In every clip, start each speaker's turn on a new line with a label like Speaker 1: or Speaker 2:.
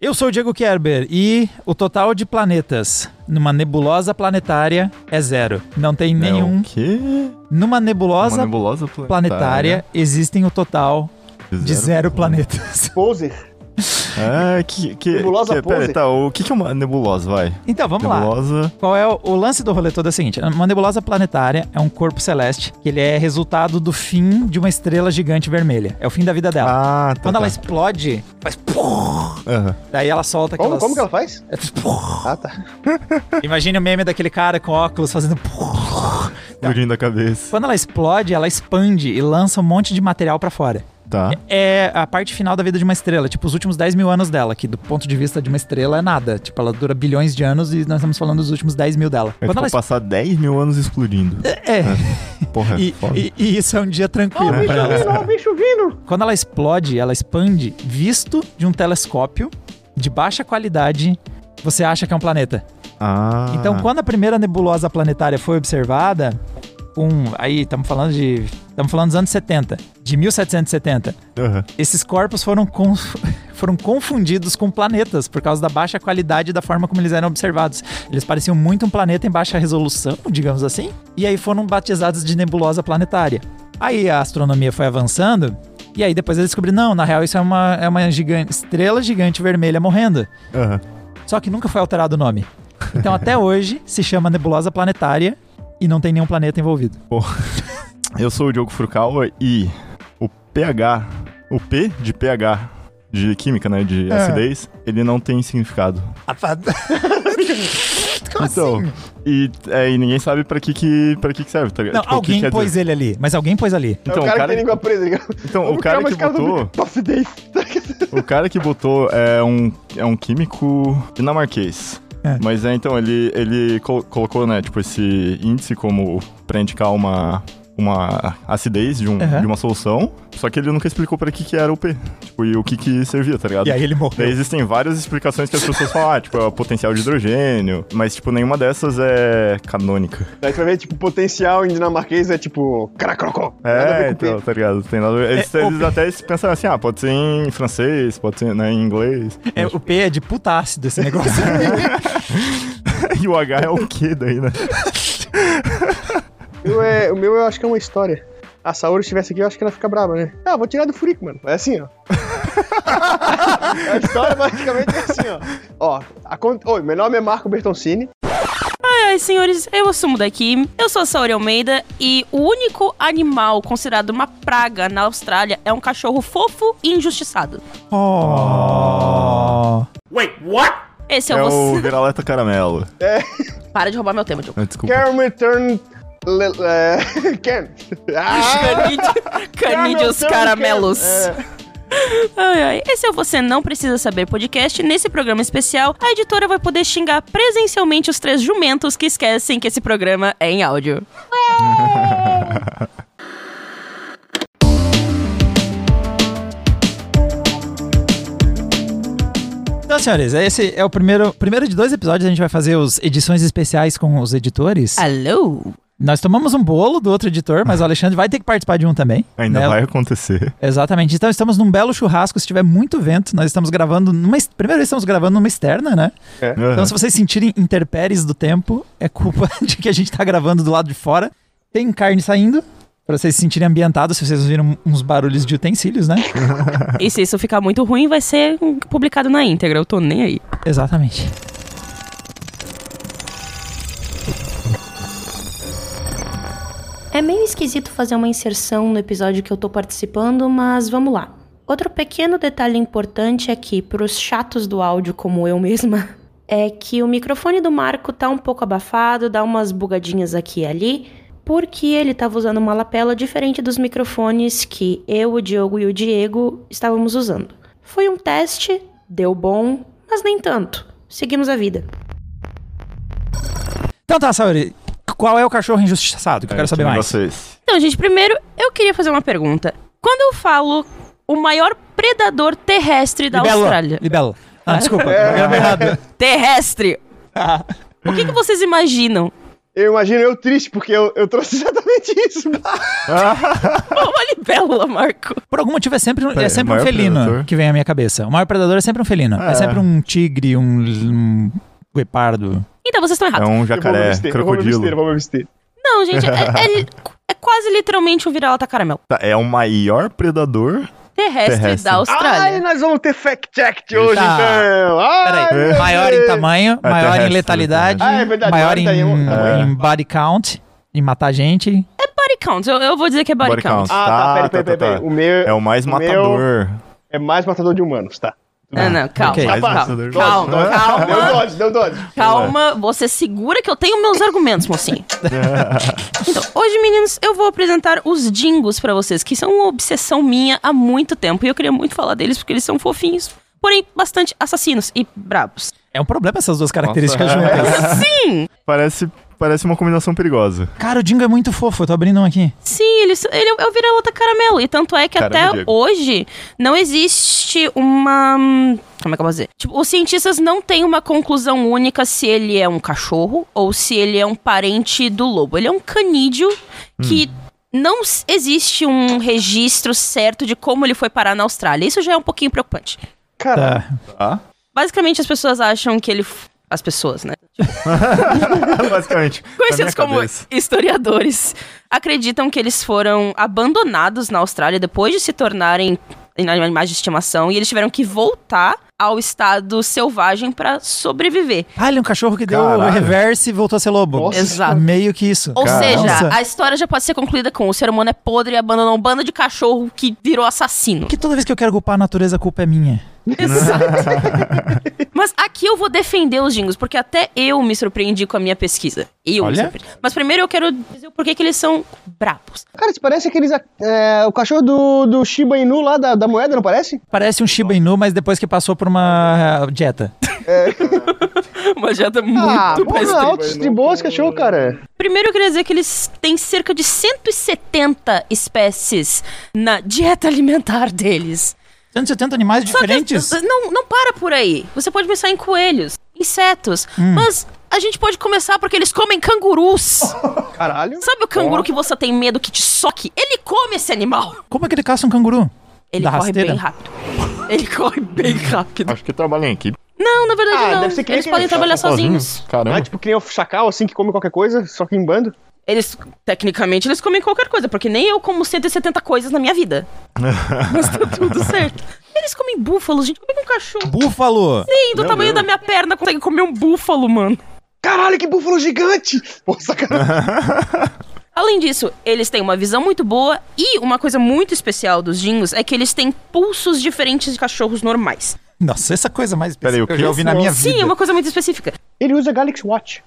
Speaker 1: Eu sou o Diego Kerber e o total de planetas numa nebulosa planetária é zero. Não tem nenhum.
Speaker 2: É o quê?
Speaker 1: Numa nebulosa,
Speaker 2: Uma nebulosa planetária.
Speaker 1: planetária existem o total de zero
Speaker 2: planetas.
Speaker 1: planetas.
Speaker 3: Poser.
Speaker 2: Ah, que. que
Speaker 3: Nebulosa
Speaker 2: que, pera,
Speaker 3: Poser.
Speaker 2: tá, o que, que é uma nebulosa? Vai.
Speaker 1: Então, vamos lá.
Speaker 2: nebulosa.
Speaker 1: Qual é o, o lance do rolê todo é o seguinte: uma nebulosa planetária é um corpo celeste que ele é resultado do fim de uma estrela gigante vermelha. É o fim da vida dela.
Speaker 2: Ah, tá.
Speaker 1: Quando ela Tá.
Speaker 2: tá.
Speaker 1: explode, faz pum,
Speaker 2: Aham.
Speaker 1: daí ela solta
Speaker 3: Como,
Speaker 1: aquelas...
Speaker 3: como que ela faz?
Speaker 1: É, faz pum.
Speaker 3: Ah, tá.
Speaker 1: Imagine o meme daquele cara com óculos fazendo pum.
Speaker 2: Explodindo a cabeça.
Speaker 1: Quando ela explode, ela expande e lança um monte de material pra fora.
Speaker 2: Tá.
Speaker 1: É a parte final da vida de uma estrela, tipo os últimos 10 mil anos dela, que do ponto de vista de uma estrela é nada. Tipo, ela dura bilhões de anos e nós estamos falando dos últimos 10 mil dela.
Speaker 2: É
Speaker 1: Quando
Speaker 2: tipo
Speaker 1: ela
Speaker 2: passar 10 mil anos explodindo.
Speaker 1: É.
Speaker 2: Porra,
Speaker 1: E,
Speaker 2: foda.
Speaker 1: e- e isso é um dia tranquilo pra ela.
Speaker 3: ó, o bicho vindo.
Speaker 1: Quando ela explode, ela expande visto de um telescópio de baixa qualidade. Você acha que é um planeta.
Speaker 2: Ah.
Speaker 1: Então, quando a primeira nebulosa planetária foi observada, um, aí estamos falando de, estamos falando dos anos 70, de 1770,
Speaker 2: Aham.
Speaker 1: esses corpos foram con- foram confundidos com planetas por causa da baixa qualidade da forma como eles eram observados. Eles pareciam muito um planeta em baixa resolução, digamos assim, e aí foram batizados de nebulosa planetária. Aí a astronomia foi avançando, e aí depois eles descobriram, não, na real isso é uma, é uma gigan- estrela gigante vermelha morrendo.
Speaker 2: Aham.
Speaker 1: Só que nunca foi alterado o nome. Então até hoje se chama nebulosa planetária e não tem nenhum planeta envolvido.
Speaker 2: Eu sou o Diogo Furukawa e o pH, o P de pH, de química, né, de
Speaker 1: É.
Speaker 2: acidez, ele não tem significado.
Speaker 1: Como assim?
Speaker 2: então, e, é, e ninguém sabe pra que que, pra que que serve, tá ligado?
Speaker 1: Não,
Speaker 2: Tipo, o que
Speaker 1: alguém
Speaker 2: quer
Speaker 1: pôs
Speaker 2: dizer.
Speaker 1: ele ali, mas alguém pôs ali.
Speaker 2: Então,
Speaker 3: é o cara, que tem língua presa. ligado? É
Speaker 2: então, o
Speaker 3: Vamos
Speaker 2: cara
Speaker 3: buscar
Speaker 2: que
Speaker 3: mais caras do
Speaker 2: botou,
Speaker 3: bico. Passidez.
Speaker 2: o cara que botou é um, é um químico dinamarquês.
Speaker 1: É.
Speaker 2: Mas é, então, ele, ele col- colocou, né, tipo, esse índice como pra indicar uma, uma acidez de, um,
Speaker 1: Aham.
Speaker 2: de uma solução, só que ele nunca explicou pra que que era o P, tipo, e o que que servia, tá ligado?
Speaker 1: E aí ele morreu.
Speaker 2: Daí existem várias explicações que as pessoas falam, ah, tipo, é o potencial de hidrogênio, mas, tipo, nenhuma dessas é canônica.
Speaker 3: Daí tu vai ver, tipo, potencial em dinamarquês é tipo... Caracrocó. Nada a ver
Speaker 2: É,
Speaker 3: com P.
Speaker 2: então, tá ligado? Tem nada a ver. Eles,
Speaker 1: É,
Speaker 2: eles até pensaram assim, ah, pode ser em francês, pode ser né, em inglês.
Speaker 1: É, o P é de putácido esse negócio.
Speaker 2: E o H é o quê daí, né?
Speaker 3: O meu é- o meu eu acho que é uma história. A Saori estivesse aqui, eu acho que ela fica brava, né? Ah, vou tirar do Furico, mano. É assim, ó. a história basicamente é assim, ó. Ó, aconte... Oi, meu nome é Marco Bertoncini.
Speaker 4: Ai, senhores, eu assumo daqui. Eu sou a Saori Almeida e o único animal considerado uma praga na Austrália é um cachorro fofo e injustiçado.
Speaker 1: oh.
Speaker 4: Esse é,
Speaker 2: é
Speaker 4: o
Speaker 2: o
Speaker 4: você.
Speaker 2: Viraleta Caramelo.
Speaker 4: Para de roubar meu tema, Diogo.
Speaker 2: Ah, desculpa.
Speaker 3: Can return... Le... le- Can... Ah!
Speaker 4: Canídeos- Canídeos
Speaker 3: Hamilton,
Speaker 4: caramelos.
Speaker 3: Can-
Speaker 4: Ai, ai. Esse é o Você Não Precisa Saber podcast. Nesse programa especial, a editora vai poder xingar presencialmente os três jumentos que esquecem que esse programa é em áudio.
Speaker 1: Então, senhores, esse é o primeiro, primeiro de dois episódios. A gente vai fazer os edições especiais com os editores.
Speaker 4: É. Alô?
Speaker 1: Nós tomamos um bolo do outro editor, mas o Alexandre vai ter que participar de um também.
Speaker 2: Ainda
Speaker 1: né?
Speaker 2: vai acontecer.
Speaker 1: Exatamente. Então, estamos num belo churrasco. Se tiver muito vento, nós estamos gravando numa. es- Primeiro, estamos gravando numa externa, né? Então, se vocês sentirem interpéries do tempo, é culpa de que a gente tá gravando do lado de fora. Tem carne saindo, pra vocês se sentirem ambientados, se vocês ouviram uns barulhos de utensílios, né?
Speaker 4: E se isso ficar muito ruim, vai ser hum, publicado na íntegra. Eu tô nem aí.
Speaker 1: Exatamente.
Speaker 5: É meio esquisito fazer uma inserção no episódio que eu tô participando, mas vamos lá. Outro pequeno detalhe importante é que, pros chatos do áudio como eu mesma, é que o microfone do Marco tá um pouco abafado, dá umas bugadinhas aqui e ali, porque ele tava usando uma lapela diferente dos microfones que eu, o Diogo e o Diego estávamos usando. Foi um teste, deu bom, mas nem tanto. Seguimos a vida.
Speaker 1: Então tá, Saori, qual é o cachorro injustiçado? Que eu quero saber mais.
Speaker 2: Vocês.
Speaker 4: Então, gente, primeiro eu queria fazer uma pergunta. Quando eu falo o maior predador terrestre da
Speaker 1: Libelo.
Speaker 4: Austrália.
Speaker 1: Libelo. Ah, desculpa, eu gravei errado.
Speaker 4: Terrestre! O que, que vocês imaginam?
Speaker 3: Eu imagino eu triste, porque eu, eu trouxe exatamente isso.
Speaker 4: Uma libélula, Marco.
Speaker 1: Por algum motivo é sempre, um-
Speaker 2: Peraí,
Speaker 1: é sempre
Speaker 2: o
Speaker 1: um
Speaker 2: maior
Speaker 1: felino
Speaker 2: predador?
Speaker 1: que vem à minha cabeça. O maior predador é sempre um felino. É,
Speaker 2: É.
Speaker 1: sempre um tigre, um, um guepardo.
Speaker 4: Então vocês estão errados.
Speaker 2: É um
Speaker 3: Eu vou me
Speaker 2: jacaré,
Speaker 3: abster, eu vou me abster, eu
Speaker 2: crocodilo.
Speaker 3: vou me abster.
Speaker 4: Não, gente, é, é- é quase literalmente um vira-lata caramelo.
Speaker 2: Tá, É o maior predador.
Speaker 4: Terrestre,
Speaker 2: Terrestre.
Speaker 4: da Austrália.
Speaker 3: Ai, nós vamos ter fact-check hoje,
Speaker 1: Tá.
Speaker 3: então. Ai,
Speaker 1: Peraí,
Speaker 3: meu
Speaker 1: maior em
Speaker 3: Deus.
Speaker 1: tamanho,
Speaker 2: É
Speaker 1: maior em
Speaker 2: terrestre,
Speaker 1: letalidade,
Speaker 3: né? Ah, é verdade,
Speaker 1: maior em,
Speaker 3: maior em tamanho.
Speaker 1: em body count, em matar gente.
Speaker 4: Body count, eu, eu vou dizer que é body,
Speaker 2: Body count.
Speaker 4: count.
Speaker 3: Ah, tá, peraí,
Speaker 2: Tá,
Speaker 3: peraí,
Speaker 2: tá,
Speaker 3: peraí.
Speaker 2: tá.
Speaker 3: peraí. O meu
Speaker 2: É o mais
Speaker 3: O meu-
Speaker 2: matador.
Speaker 3: é mais matador de humanos, tá.
Speaker 4: Não, não, calma,
Speaker 1: ok.
Speaker 4: calma,
Speaker 2: Mais
Speaker 4: calma,
Speaker 2: matador.
Speaker 4: calma,
Speaker 3: Deu
Speaker 4: calma,
Speaker 3: dodge, deu dodge.
Speaker 4: calma. Você segura que eu tenho meus argumentos, mocinho. Então, hoje, meninos, eu vou apresentar os dingos pra vocês, que são uma obsessão minha há muito tempo. E eu queria muito falar deles porque eles são fofinhos, porém bastante assassinos e brabos.
Speaker 1: É um problema essas duas características
Speaker 2: Nossa.
Speaker 1: juntas.
Speaker 4: Sim,
Speaker 2: Parece, parece uma combinação perigosa.
Speaker 1: Cara, o Dingo é muito fofo, eu tô abrindo um aqui.
Speaker 4: sim, eles, ele é o vira-lata caramelo. E tanto é que
Speaker 2: Caramba,
Speaker 4: até
Speaker 2: Diego.
Speaker 4: hoje não existe uma. hum, Como é que eu posso dizer? Tipo, os cientistas não têm uma conclusão única se ele é um cachorro ou se ele é um parente do lobo. Ele é um canídeo que.
Speaker 2: Hum.
Speaker 4: Não s- existe um registro certo de como ele foi parar na Austrália. Isso já é um pouquinho preocupante.
Speaker 3: Cara,
Speaker 1: Tá.
Speaker 2: Tá?
Speaker 4: Basicamente, as pessoas acham que ele. f- As pessoas, né?
Speaker 2: Basicamente. na
Speaker 4: Conhecidos
Speaker 2: minha
Speaker 4: como
Speaker 2: cabeça.
Speaker 4: historiadores, acreditam que eles foram abandonados na Austrália depois de se tornarem animais de estimação e eles tiveram que voltar ao estado selvagem pra sobreviver.
Speaker 1: Ah, ele é um cachorro que deu
Speaker 2: Caralho.
Speaker 1: reverse e voltou a ser lobo.
Speaker 3: Nossa.
Speaker 4: Exato.
Speaker 1: Meio que isso.
Speaker 4: Ou
Speaker 2: Caramba.
Speaker 4: seja,
Speaker 1: Nossa.
Speaker 4: a história já pode ser concluída com o ser humano é podre e abandonou um bando de cachorro que virou assassino.
Speaker 1: Que toda vez que eu quero culpar a natureza, a culpa é minha.
Speaker 4: Mas aqui eu vou defender os jingos, porque até eu me surpreendi com a minha pesquisa. Eu me
Speaker 1: Olha.
Speaker 4: surpreendi. Mas primeiro eu quero dizer o porquê que eles são brabos.
Speaker 3: cara, isso parece aqueles. é, o cachorro do, do Shiba Inu lá da, da moeda, não parece?
Speaker 1: Parece um Shiba Inu, mas depois que passou por uma eh, dieta.
Speaker 4: Uma jeta tá muito
Speaker 3: ah,
Speaker 4: mais
Speaker 3: porra,
Speaker 4: triste.
Speaker 3: altos de boa esse cachorro, cara.
Speaker 4: Primeiro eu queria dizer que eles têm cerca de 170 espécies na dieta alimentar deles.
Speaker 1: 170 animais
Speaker 4: Só que as-
Speaker 1: diferentes.
Speaker 4: não, não para por aí. Você pode pensar em coelhos, insetos,
Speaker 1: Hum.
Speaker 4: mas a gente pode começar porque eles comem cangurus.
Speaker 3: Caralho.
Speaker 4: Sabe o canguru que você tem medo que te soque? Ele come esse animal.
Speaker 1: Como é que ele caça um canguru?
Speaker 4: Ele
Speaker 1: Da
Speaker 4: corre
Speaker 1: rasteira?
Speaker 4: bem rápido. Ele corre bem rápido.
Speaker 2: Acho que trabalha em equipe.
Speaker 4: Não, na verdade
Speaker 3: Ah,
Speaker 4: não.
Speaker 3: deve ser que nem
Speaker 4: Eles
Speaker 3: aquele
Speaker 4: podem trabalhar sozinhos.
Speaker 3: Não é
Speaker 2: Caramba.
Speaker 3: tipo que nem o chacal, assim, que come qualquer coisa, só que em bando.
Speaker 4: Eles, tecnicamente, eles comem qualquer coisa, porque nem eu como 170 coisas na minha vida. Mas tá tudo certo. Eles comem búfalos, gente. Como é que um cachorro
Speaker 1: Búfalo!
Speaker 4: tem do tamanho da minha perna consegue comer um búfalo, mano?
Speaker 3: Caralho, que búfalo gigante! Pô, sacanagem.
Speaker 4: Além disso, eles têm uma visão muito boa e uma coisa muito especial dos jingos é que eles têm pulsos diferentes de cachorros normais.
Speaker 1: Nossa, essa coisa mais
Speaker 2: Peraí,
Speaker 1: específica
Speaker 2: o
Speaker 1: que eu
Speaker 2: quê?
Speaker 1: já ouvi na minha vida.
Speaker 4: Sim, é uma coisa muito específica.
Speaker 3: Ele usa Galaxy Watch.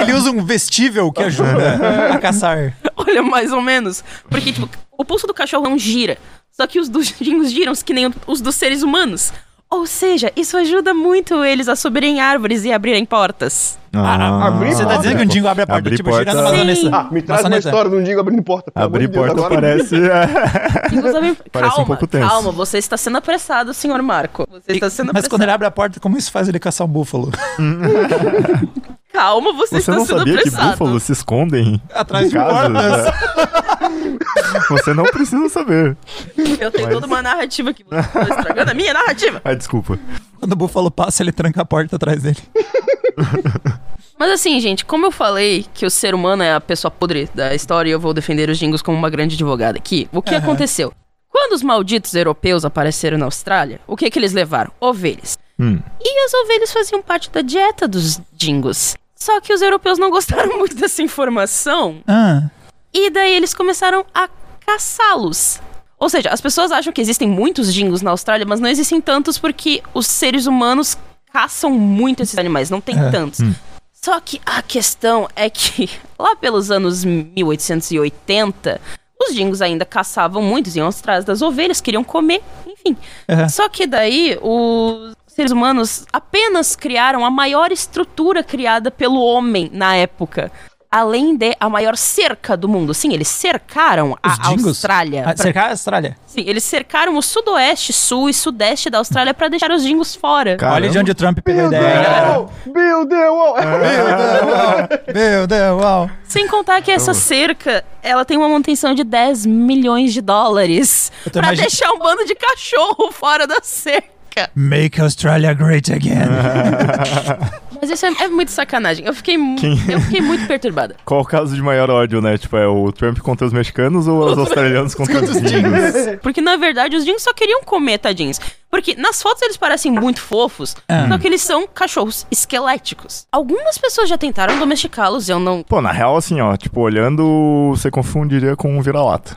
Speaker 1: Ele usa um vestível que ajuda a caçar.
Speaker 4: Olha, mais ou menos. Porque, tipo, o pulso do cachorro não gira. Só que os dos jingos giram que nem os dos seres humanos. Ou seja, isso ajuda muito eles a subirem árvores e abrirem portas.
Speaker 2: Ah,
Speaker 3: abrir
Speaker 1: Você tá
Speaker 3: porta.
Speaker 1: dizendo que um dingo abre a porta,
Speaker 2: Abrir
Speaker 1: tipo,
Speaker 2: porta.
Speaker 1: girando a maçaneta.
Speaker 4: Sim.
Speaker 3: Ah, me traz uma
Speaker 1: Maçaneta.
Speaker 3: história de um Digo abrindo porta. pelo amor
Speaker 2: Abrir
Speaker 3: de Deus,
Speaker 2: porta
Speaker 3: agora.
Speaker 2: parece. é.
Speaker 4: Jingos abrem...
Speaker 2: Parece um
Speaker 4: calma,
Speaker 2: pouco tenso.
Speaker 4: calma, você está sendo apressado, senhor Marco. Você está sendo
Speaker 1: Mas
Speaker 4: apressado.
Speaker 1: quando ele abre a porta, como isso faz ele caçar um búfalo?
Speaker 4: Calma, você,
Speaker 2: Você
Speaker 4: está
Speaker 2: não
Speaker 4: sendo
Speaker 2: sabia que
Speaker 4: apressado.
Speaker 2: búfalos se escondem
Speaker 1: Atrás de
Speaker 2: em casas?
Speaker 1: portas.
Speaker 2: né? Você não precisa saber.
Speaker 4: Eu tenho toda uma narrativa que você está estragando a minha narrativa.
Speaker 2: Ai, desculpa.
Speaker 1: Quando o búfalo passa, ele tranca a porta atrás dele.
Speaker 4: Mas assim, gente, como eu falei que o ser humano é a pessoa podre da história e eu vou defender os jingos como uma grande advogada aqui, o que aconteceu? Quando os malditos europeus apareceram na Austrália, o que que eles levaram? Ovelhas.
Speaker 2: Hum.
Speaker 4: E as ovelhas faziam parte da dieta dos jingos. Só que os europeus não gostaram muito dessa informação
Speaker 1: Ah,
Speaker 4: E daí eles começaram a caçá-los. Ou seja, as pessoas acham que existem muitos jingos na Austrália, mas não existem tantos porque os seres humanos caçam muito esses animais, não tem tantos. Só que a questão é que lá pelos anos 1880, os jingos ainda caçavam muitos, iam atrás das ovelhas, queriam comer, enfim.
Speaker 1: Uhum.
Speaker 4: Só que daí os seres humanos apenas criaram a maior estrutura criada pelo homem na época. além de a maior cerca do mundo. Sim, eles cercaram
Speaker 1: Os
Speaker 4: a
Speaker 1: jingos?
Speaker 4: Austrália.
Speaker 1: Ah,
Speaker 4: pra-
Speaker 1: cercar a Austrália.
Speaker 4: Sim, eles cercaram o sudoeste, sul e sudeste da Austrália pra deixar os jingos fora.
Speaker 2: Caramba.
Speaker 1: Olha de onde o Trump pegou a
Speaker 3: Meu
Speaker 1: ideia.
Speaker 3: Deus! Meu
Speaker 2: É.
Speaker 3: Deus!
Speaker 1: Meu Deus, uau.
Speaker 4: Sem contar que essa cerca, ela tem uma manutenção de 10 milhões de dólares.
Speaker 1: Eu tô
Speaker 4: Pra
Speaker 1: imagi-
Speaker 4: deixar um bando de cachorro fora da cerca.
Speaker 1: Make Australia great again.
Speaker 4: Mas isso é, é muito sacanagem. Eu fiquei, mu- eu fiquei muito perturbada.
Speaker 2: Qual o caso de maior ódio, né? Tipo, é o Trump contra os mexicanos ou os australianos contra os índios?
Speaker 4: Porque, na verdade, os jeans só queriam comer, tadinhos. Porque nas fotos eles parecem muito fofos,
Speaker 1: É.
Speaker 4: só que eles são cachorros esqueléticos. Algumas pessoas já tentaram domesticá-los, eu não...
Speaker 2: Pô, na real, assim, ó, tipo, olhando, você confundiria com um vira-lata.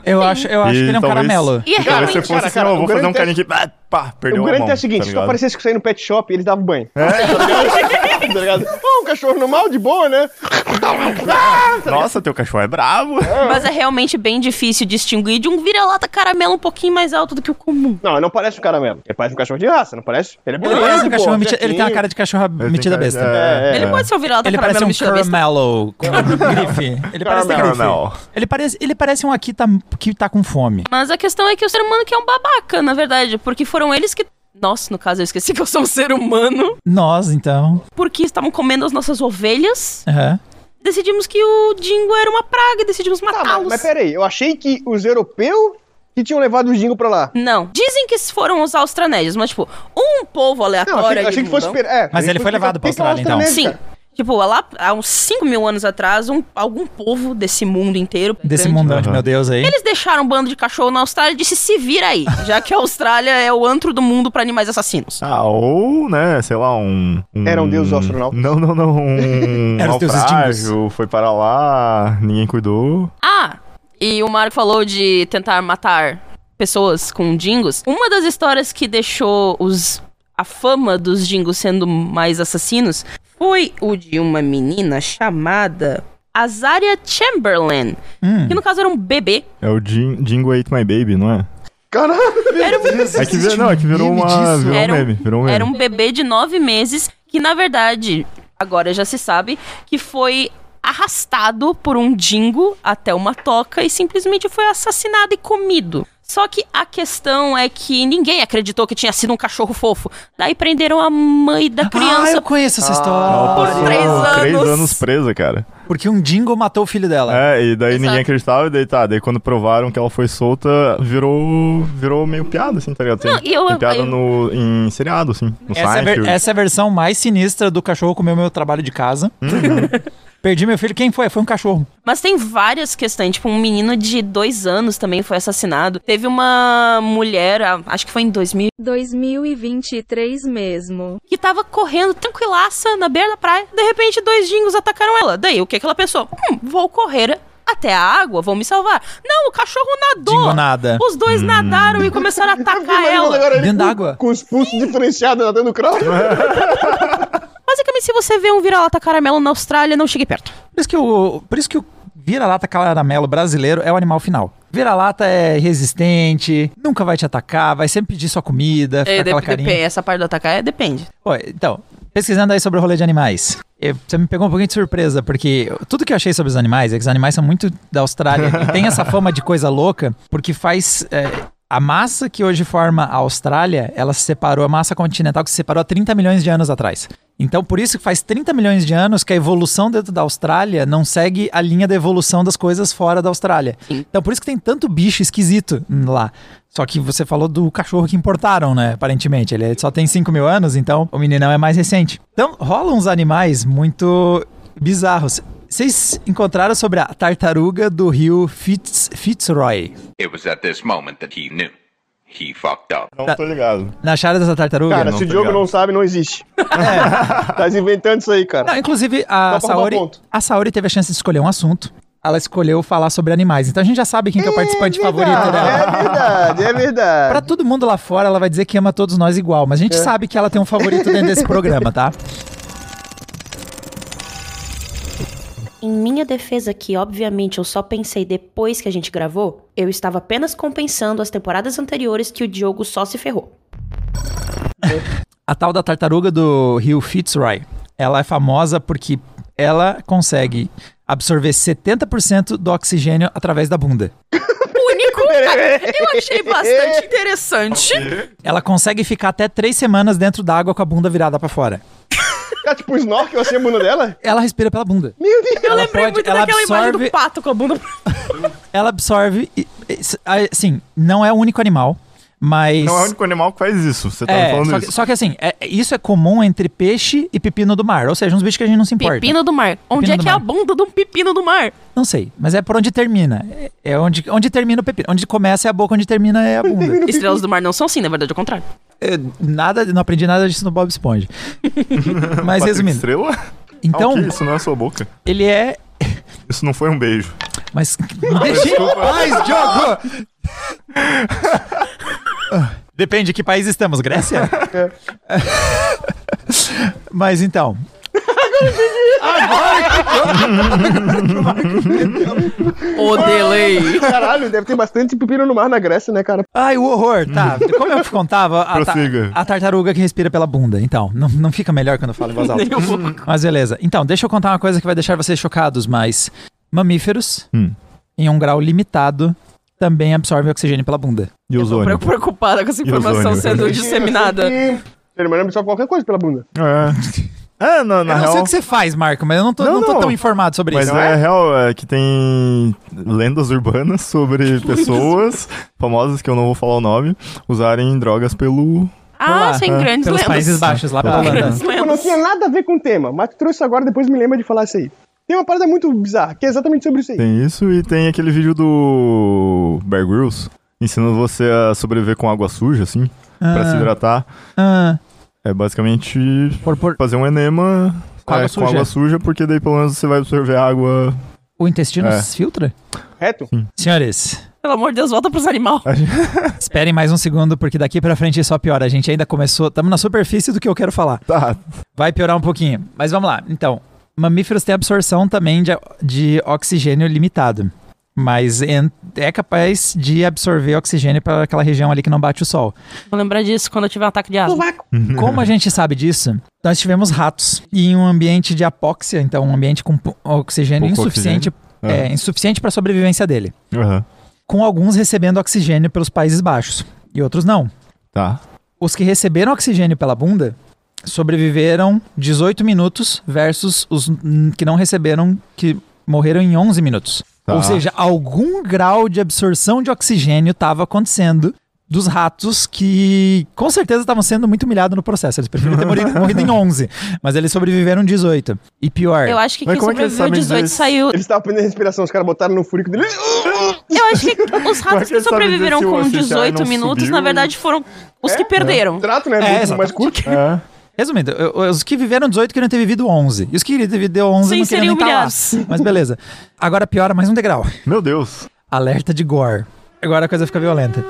Speaker 1: Eu acho, eu acho que
Speaker 2: E
Speaker 1: ele é um
Speaker 2: talvez-
Speaker 1: caramelo.
Speaker 4: E é
Speaker 2: E talvez você
Speaker 4: realmente...
Speaker 2: fosse
Speaker 3: cara,
Speaker 2: assim,
Speaker 3: cara,
Speaker 2: ó,
Speaker 3: o
Speaker 2: vou fazer um
Speaker 3: grande
Speaker 2: carinho aqui, ah, pá, perdeu
Speaker 3: O
Speaker 2: a mão,
Speaker 3: grande é o
Speaker 2: tá
Speaker 3: seguinte, se tu
Speaker 2: ligado?
Speaker 3: aparecesse com isso aí no pet shop, eles davam banho. É? Tá ligado? Pô, um cachorro normal, de boa, né?
Speaker 2: Nossa, teu cachorro é bravo.
Speaker 4: Mas é realmente bem difícil distinguir de um vira-lata caramelo um pouquinho mais alto do que o comum.
Speaker 3: Não, ele não parece um caramelo. Ele parece um cachorro de raça, não parece? Ele é
Speaker 1: Ele parece um cachorro meti- Ele tem uma
Speaker 3: uma
Speaker 1: cara de cachorro
Speaker 2: Ele tem
Speaker 1: metida
Speaker 2: cara-
Speaker 1: besta.
Speaker 2: É,
Speaker 4: Ele pode ser um vira-lata
Speaker 1: Ele
Speaker 4: caramelo
Speaker 1: parece um
Speaker 4: metido a besta.
Speaker 1: caramelo com grife. Ele parece ter grife.
Speaker 2: Caramel.
Speaker 1: Ele parece, ele parece um aqui tá, que tá com fome.
Speaker 4: Mas a questão é que o ser humano que é um babaca, na verdade, porque foram eles que. Nossa, no caso eu esqueci que eu sou um ser humano.
Speaker 1: Nós, então.
Speaker 4: Porque estavam comendo as nossas ovelhas.
Speaker 1: Aham.
Speaker 4: Decidimos que o Dingo era uma praga e decidimos
Speaker 3: Tá, mas,
Speaker 4: matá-los.
Speaker 3: mas peraí, eu achei que os europeus que tinham levado o jingo pra lá.
Speaker 4: Não. Dizem que foram os austranésios, mas, tipo, um povo
Speaker 3: Não,
Speaker 4: aleatório.
Speaker 3: achei,
Speaker 4: ali
Speaker 3: achei
Speaker 4: do
Speaker 3: que fosse.
Speaker 4: mundão-
Speaker 3: per- É,
Speaker 1: Mas ele foi levado pra Austrália, então.
Speaker 3: né,
Speaker 4: Sim.
Speaker 3: cara?
Speaker 4: Tipo, lá há uns 5 mil anos atrás, um- algum povo desse mundo inteiro.
Speaker 1: Desse
Speaker 4: grande,
Speaker 1: mundão de
Speaker 2: Aham.
Speaker 1: meu Deus aí.
Speaker 4: Eles deixaram um bando de cachorro na Austrália e disse se vira aí, já que a Austrália é o antro do mundo pra animais assassinos.
Speaker 2: Ah, ou, né, sei lá, um... um...
Speaker 3: Eram deuses astronautas.
Speaker 2: Não, não, não, um
Speaker 1: Eram os deuses
Speaker 2: naufrágio, foi para lá, ninguém cuidou.
Speaker 4: Ah, e o Marco falou de tentar matar pessoas com dingos. Uma das histórias que deixou os a fama dos dingos sendo mais assassinos foi o de uma menina chamada Azaria Chamberlain,
Speaker 1: Hum.
Speaker 4: que no caso era um bebê.
Speaker 2: É o Jin- Jingo Ate My Baby, não é?
Speaker 3: Caralho!
Speaker 4: Era um,
Speaker 2: É que, vir- não, é que virou
Speaker 1: meme
Speaker 2: uma...
Speaker 1: disso.
Speaker 2: Virou um
Speaker 4: Era um-
Speaker 2: meme, virou um meme.
Speaker 4: era um bebê de nove meses que na verdade agora já se sabe que foi arrastado por um dingo até uma toca e simplesmente foi assassinado e comido. Só que a questão é que ninguém acreditou que tinha sido um cachorro fofo. Daí prenderam a mãe
Speaker 1: Ah,
Speaker 4: da
Speaker 1: eu
Speaker 4: É, criança.
Speaker 1: conheço essa
Speaker 2: Ela
Speaker 1: história.
Speaker 2: passou
Speaker 4: Três anos.
Speaker 2: três anos presa, cara.
Speaker 1: Porque um jingle matou o filho dela.
Speaker 2: É, e daí
Speaker 4: Exato.
Speaker 2: ninguém acreditava, e daí tá, daí quando provaram que ela foi solta, virou, virou meio piada, assim, tá ligado? Tem,
Speaker 4: Não, e eu-
Speaker 2: tem piada
Speaker 4: eu-
Speaker 2: no, em seriado, assim, no
Speaker 1: Essa, é a ver-
Speaker 2: Seinfeld.
Speaker 1: essa é a versão mais sinistra do cachorro comeu meu trabalho de casa.
Speaker 2: Uhum.
Speaker 1: Perdi meu filho. Quem foi? Foi um cachorro.
Speaker 4: Mas tem várias questões. Tipo, um menino de dois anos também foi assassinado. Teve uma mulher, a- acho que foi em 2000,
Speaker 6: 2023 mesmo.
Speaker 4: que tava correndo tranquilaça na beira da praia. De repente, dois dingos atacaram ela. Daí, o que aquela pessoa? Hum, vou correr até a água, vão me salvar. Não, o cachorro nadou.
Speaker 1: Dingo nada. Hum.
Speaker 4: Os dois nadaram e começaram a atacar ela.
Speaker 3: Agora ele
Speaker 1: Dentro
Speaker 3: com-
Speaker 1: d'água.
Speaker 3: Com os pulsos diferenciados nadando crawl.
Speaker 4: Basicamente, se você vê um vira-lata caramelo na Austrália, não chegue perto.
Speaker 1: Por isso que o, por isso que o vira-lata caramelo brasileiro é o animal final. Vira-lata é resistente, nunca vai te atacar, vai sempre pedir sua comida, ficar aquela carinha.
Speaker 4: É, essa parte do atacar é depende.
Speaker 1: Pô, então, pesquisando aí sobre o rolê de animais. eh, Você me pegou um pouquinho de surpresa, porque tudo que eu achei sobre os animais é que os animais são muito da Austrália e tem essa fama de coisa louca, porque faz. eh, a massa que hoje forma a Austrália, ela se separou, a massa continental que se separou há 30 milhões de anos atrás. Então, por isso que faz 30 milhões de anos que a evolução dentro da Austrália não segue a linha da evolução das coisas fora da Austrália. Então, por isso que tem tanto bicho esquisito lá. Só que você falou do cachorro que importaram, né? Aparentemente. Ele só tem 5 mil anos, então o meninão é mais recente. Então, rolam uns animais muito bizarros. Vocês encontraram sobre a tartaruga do rio Fitz, Fitzroy?
Speaker 7: It was at this moment that he knew. He fucked up.
Speaker 2: Não então, tô ligado.
Speaker 1: Na achada dessa tartaruga?
Speaker 3: Cara,
Speaker 2: não,
Speaker 3: se o
Speaker 2: tá
Speaker 3: Diogo
Speaker 2: ligado.
Speaker 3: não sabe, não existe.
Speaker 1: É.
Speaker 3: Tá inventando isso aí, cara.
Speaker 1: Não, inclusive, a
Speaker 3: Só pra roubar
Speaker 1: Saori,
Speaker 3: ponto.
Speaker 1: a Saori teve a chance de escolher um assunto. Ela escolheu falar sobre animais. Então a gente já sabe quem que é o participante favorito dela.
Speaker 3: É verdade, é verdade.
Speaker 1: Pra todo mundo lá fora, ela vai dizer que ama todos nós igual. Mas a gente
Speaker 2: É.
Speaker 1: sabe que ela tem um favorito dentro desse programa, tá?
Speaker 5: Em minha defesa, que obviamente eu só pensei depois que a gente gravou, eu estava apenas compensando as temporadas anteriores que o Diogo só se ferrou.
Speaker 1: A tal da tartaruga do rio Fitzroy, ela é famosa porque ela consegue absorver 70% do oxigênio através da bunda.
Speaker 4: Único, cara, eu achei bastante interessante.
Speaker 1: Ela consegue ficar até três semanas dentro da água com a bunda virada pra fora.
Speaker 3: Tá tipo um snorkel assim a bunda dela?
Speaker 1: Ela respira pela bunda.
Speaker 3: Meu Deus!
Speaker 4: Eu
Speaker 1: Ela
Speaker 4: lembrei
Speaker 1: pode-
Speaker 4: muito
Speaker 1: ela
Speaker 4: daquela imagem
Speaker 1: absorve-
Speaker 4: do pato com a bunda.
Speaker 1: Ela absorve. e- e- Assim, não é o único animal, mas.
Speaker 2: Não é o único animal que faz isso. Você tá me
Speaker 1: É,
Speaker 2: falando
Speaker 1: só, que,
Speaker 2: isso.
Speaker 1: só que assim, é- isso é comum entre peixe e pepino do mar. Ou seja, uns bichos que a gente não se importa.
Speaker 4: Pepino do mar. Onde
Speaker 1: Pepino
Speaker 4: é
Speaker 1: do
Speaker 4: que é
Speaker 1: mar.
Speaker 4: a bunda de um pepino do mar?
Speaker 1: Não sei, mas é por onde termina. É- É onde, onde termina o pepino. Onde começa é a boca, onde termina é a bunda.
Speaker 4: Estrelas do mar não são assim, na verdade, é o contrário.
Speaker 1: Eu, nada, não aprendi nada disso no Bob Esponja. mas
Speaker 2: Patrick
Speaker 1: resumindo,
Speaker 2: Estrela?
Speaker 1: então,
Speaker 2: Ah, o quê? isso não é sua boca.
Speaker 1: ele é.
Speaker 2: Isso não foi um beijo.
Speaker 1: Mas me deixa em
Speaker 2: desculpa.
Speaker 1: paz, Diogo! Depende de que país estamos, Grécia?
Speaker 2: É.
Speaker 1: Mas então.
Speaker 4: O delay.
Speaker 3: Caralho, deve ter bastante pepino no mar na Grécia, né, cara?
Speaker 1: Ai, o horror, tá. Como eu contava, a, ta-
Speaker 2: Prossiga.
Speaker 1: a tartaruga que respira pela bunda. Então, não, não fica melhor quando eu falo em voz alta.
Speaker 2: um
Speaker 1: mas beleza. Então, deixa eu contar uma coisa que vai deixar vocês chocados, mas mamíferos,
Speaker 2: Hum.
Speaker 1: em um grau limitado, também absorvem oxigênio pela bunda.
Speaker 2: E
Speaker 4: Tô
Speaker 2: ozônio?
Speaker 4: preocupada com essa informação
Speaker 2: ozônio?
Speaker 4: sendo disseminada.
Speaker 3: E Ser humano absorve qualquer coisa pela bunda.
Speaker 2: É, é na, na
Speaker 1: eu não sei o
Speaker 2: real.
Speaker 1: que você faz, Marco, mas eu não tô,
Speaker 2: Não,
Speaker 1: não tô
Speaker 2: não.
Speaker 1: tão informado sobre
Speaker 2: Mas
Speaker 1: isso.
Speaker 2: é real é que tem lendas urbanas sobre pessoas famosas, que eu não vou falar o nome, usarem drogas pelo.
Speaker 4: Ah, sem
Speaker 1: é,
Speaker 4: grandes
Speaker 1: Pelos
Speaker 4: lendas.
Speaker 1: Países Baixos, lá pela
Speaker 2: Ah,
Speaker 1: Holanda.
Speaker 4: Grandes
Speaker 3: Tipo, não
Speaker 4: lendas.
Speaker 3: tinha nada a ver com o tema, mas tu trouxe agora, depois me lembra de falar isso aí. Tem uma parada muito bizarra, que é exatamente sobre isso aí.
Speaker 2: Tem isso e tem aquele vídeo do Bear Grylls ensinando você a sobreviver com água suja, assim, pra se hidratar.
Speaker 1: Ah,
Speaker 2: É basicamente
Speaker 1: por- por-
Speaker 2: fazer um enema
Speaker 1: Com
Speaker 2: é,
Speaker 1: água
Speaker 2: com
Speaker 1: suja.
Speaker 2: água suja, porque daí pelo menos você vai absorver a água.
Speaker 1: o intestino
Speaker 2: É.
Speaker 1: se filtra?
Speaker 3: Reto?
Speaker 1: Senhores,
Speaker 4: Pelo amor de Deus, volta pros animais.
Speaker 1: esperem mais um segundo, porque daqui pra frente só piora. A gente ainda começou, estamos na superfície do que eu quero falar.
Speaker 2: Tá,
Speaker 1: Vai piorar um pouquinho. Mas vamos lá. Então, mamíferos têm absorção também de, de oxigênio limitado. Mas en- é capaz de absorver oxigênio para aquela região ali que não bate o sol.
Speaker 4: Vou lembrar disso quando eu tiver um ataque de asma.
Speaker 1: Como a gente sabe disso, nós tivemos ratos. E em um ambiente de apóxia, então um ambiente com pou- oxigênio
Speaker 2: Pouco
Speaker 1: insuficiente,
Speaker 2: oxigênio.
Speaker 1: é, insuficiente para a sobrevivência dele.
Speaker 2: Aham.
Speaker 1: Com alguns recebendo oxigênio pelos Países Baixos e outros não.
Speaker 2: tá.
Speaker 1: Os que receberam oxigênio pela bunda sobreviveram 18 minutos versus os hum, que não receberam, que morreram em 11 minutos.
Speaker 2: Tá.
Speaker 1: Ou seja, algum grau de absorção de oxigênio estava acontecendo dos ratos que com certeza estavam sendo muito humilhados no processo. Eles preferiram ter morrido, morrido em 11, mas eles sobreviveram 18. E pior,
Speaker 4: Eu acho que
Speaker 2: Mas
Speaker 4: quem
Speaker 2: como é que eles
Speaker 4: sobreviveu
Speaker 2: sabem
Speaker 4: 18
Speaker 2: disso?
Speaker 4: saiu.
Speaker 3: Eles estavam prendendo a respiração, os caras botaram no furico dele.
Speaker 4: Eu acho que os
Speaker 2: Como é que
Speaker 4: ratos que
Speaker 2: eles sabem
Speaker 4: sobreviveram
Speaker 2: dizer se o-
Speaker 4: com
Speaker 2: se o Charlie
Speaker 4: 18
Speaker 2: não
Speaker 4: minutos,
Speaker 2: subiu?
Speaker 4: na verdade, foram os que perderam.
Speaker 3: Trato, né?
Speaker 1: É,
Speaker 3: É, mais
Speaker 1: exatamente.
Speaker 3: curto.
Speaker 2: É.
Speaker 1: Resumindo, eu- eu- os que viveram 18 queriam ter vivido 11. E os que queriam ter vivido 11
Speaker 4: Sim,
Speaker 1: não queriam
Speaker 4: seriam
Speaker 1: nem tá lá.
Speaker 4: humilhados.
Speaker 1: Mas beleza. Agora piora mais um degrau.
Speaker 2: Meu Deus.
Speaker 1: Alerta de gore. Agora a coisa fica violenta.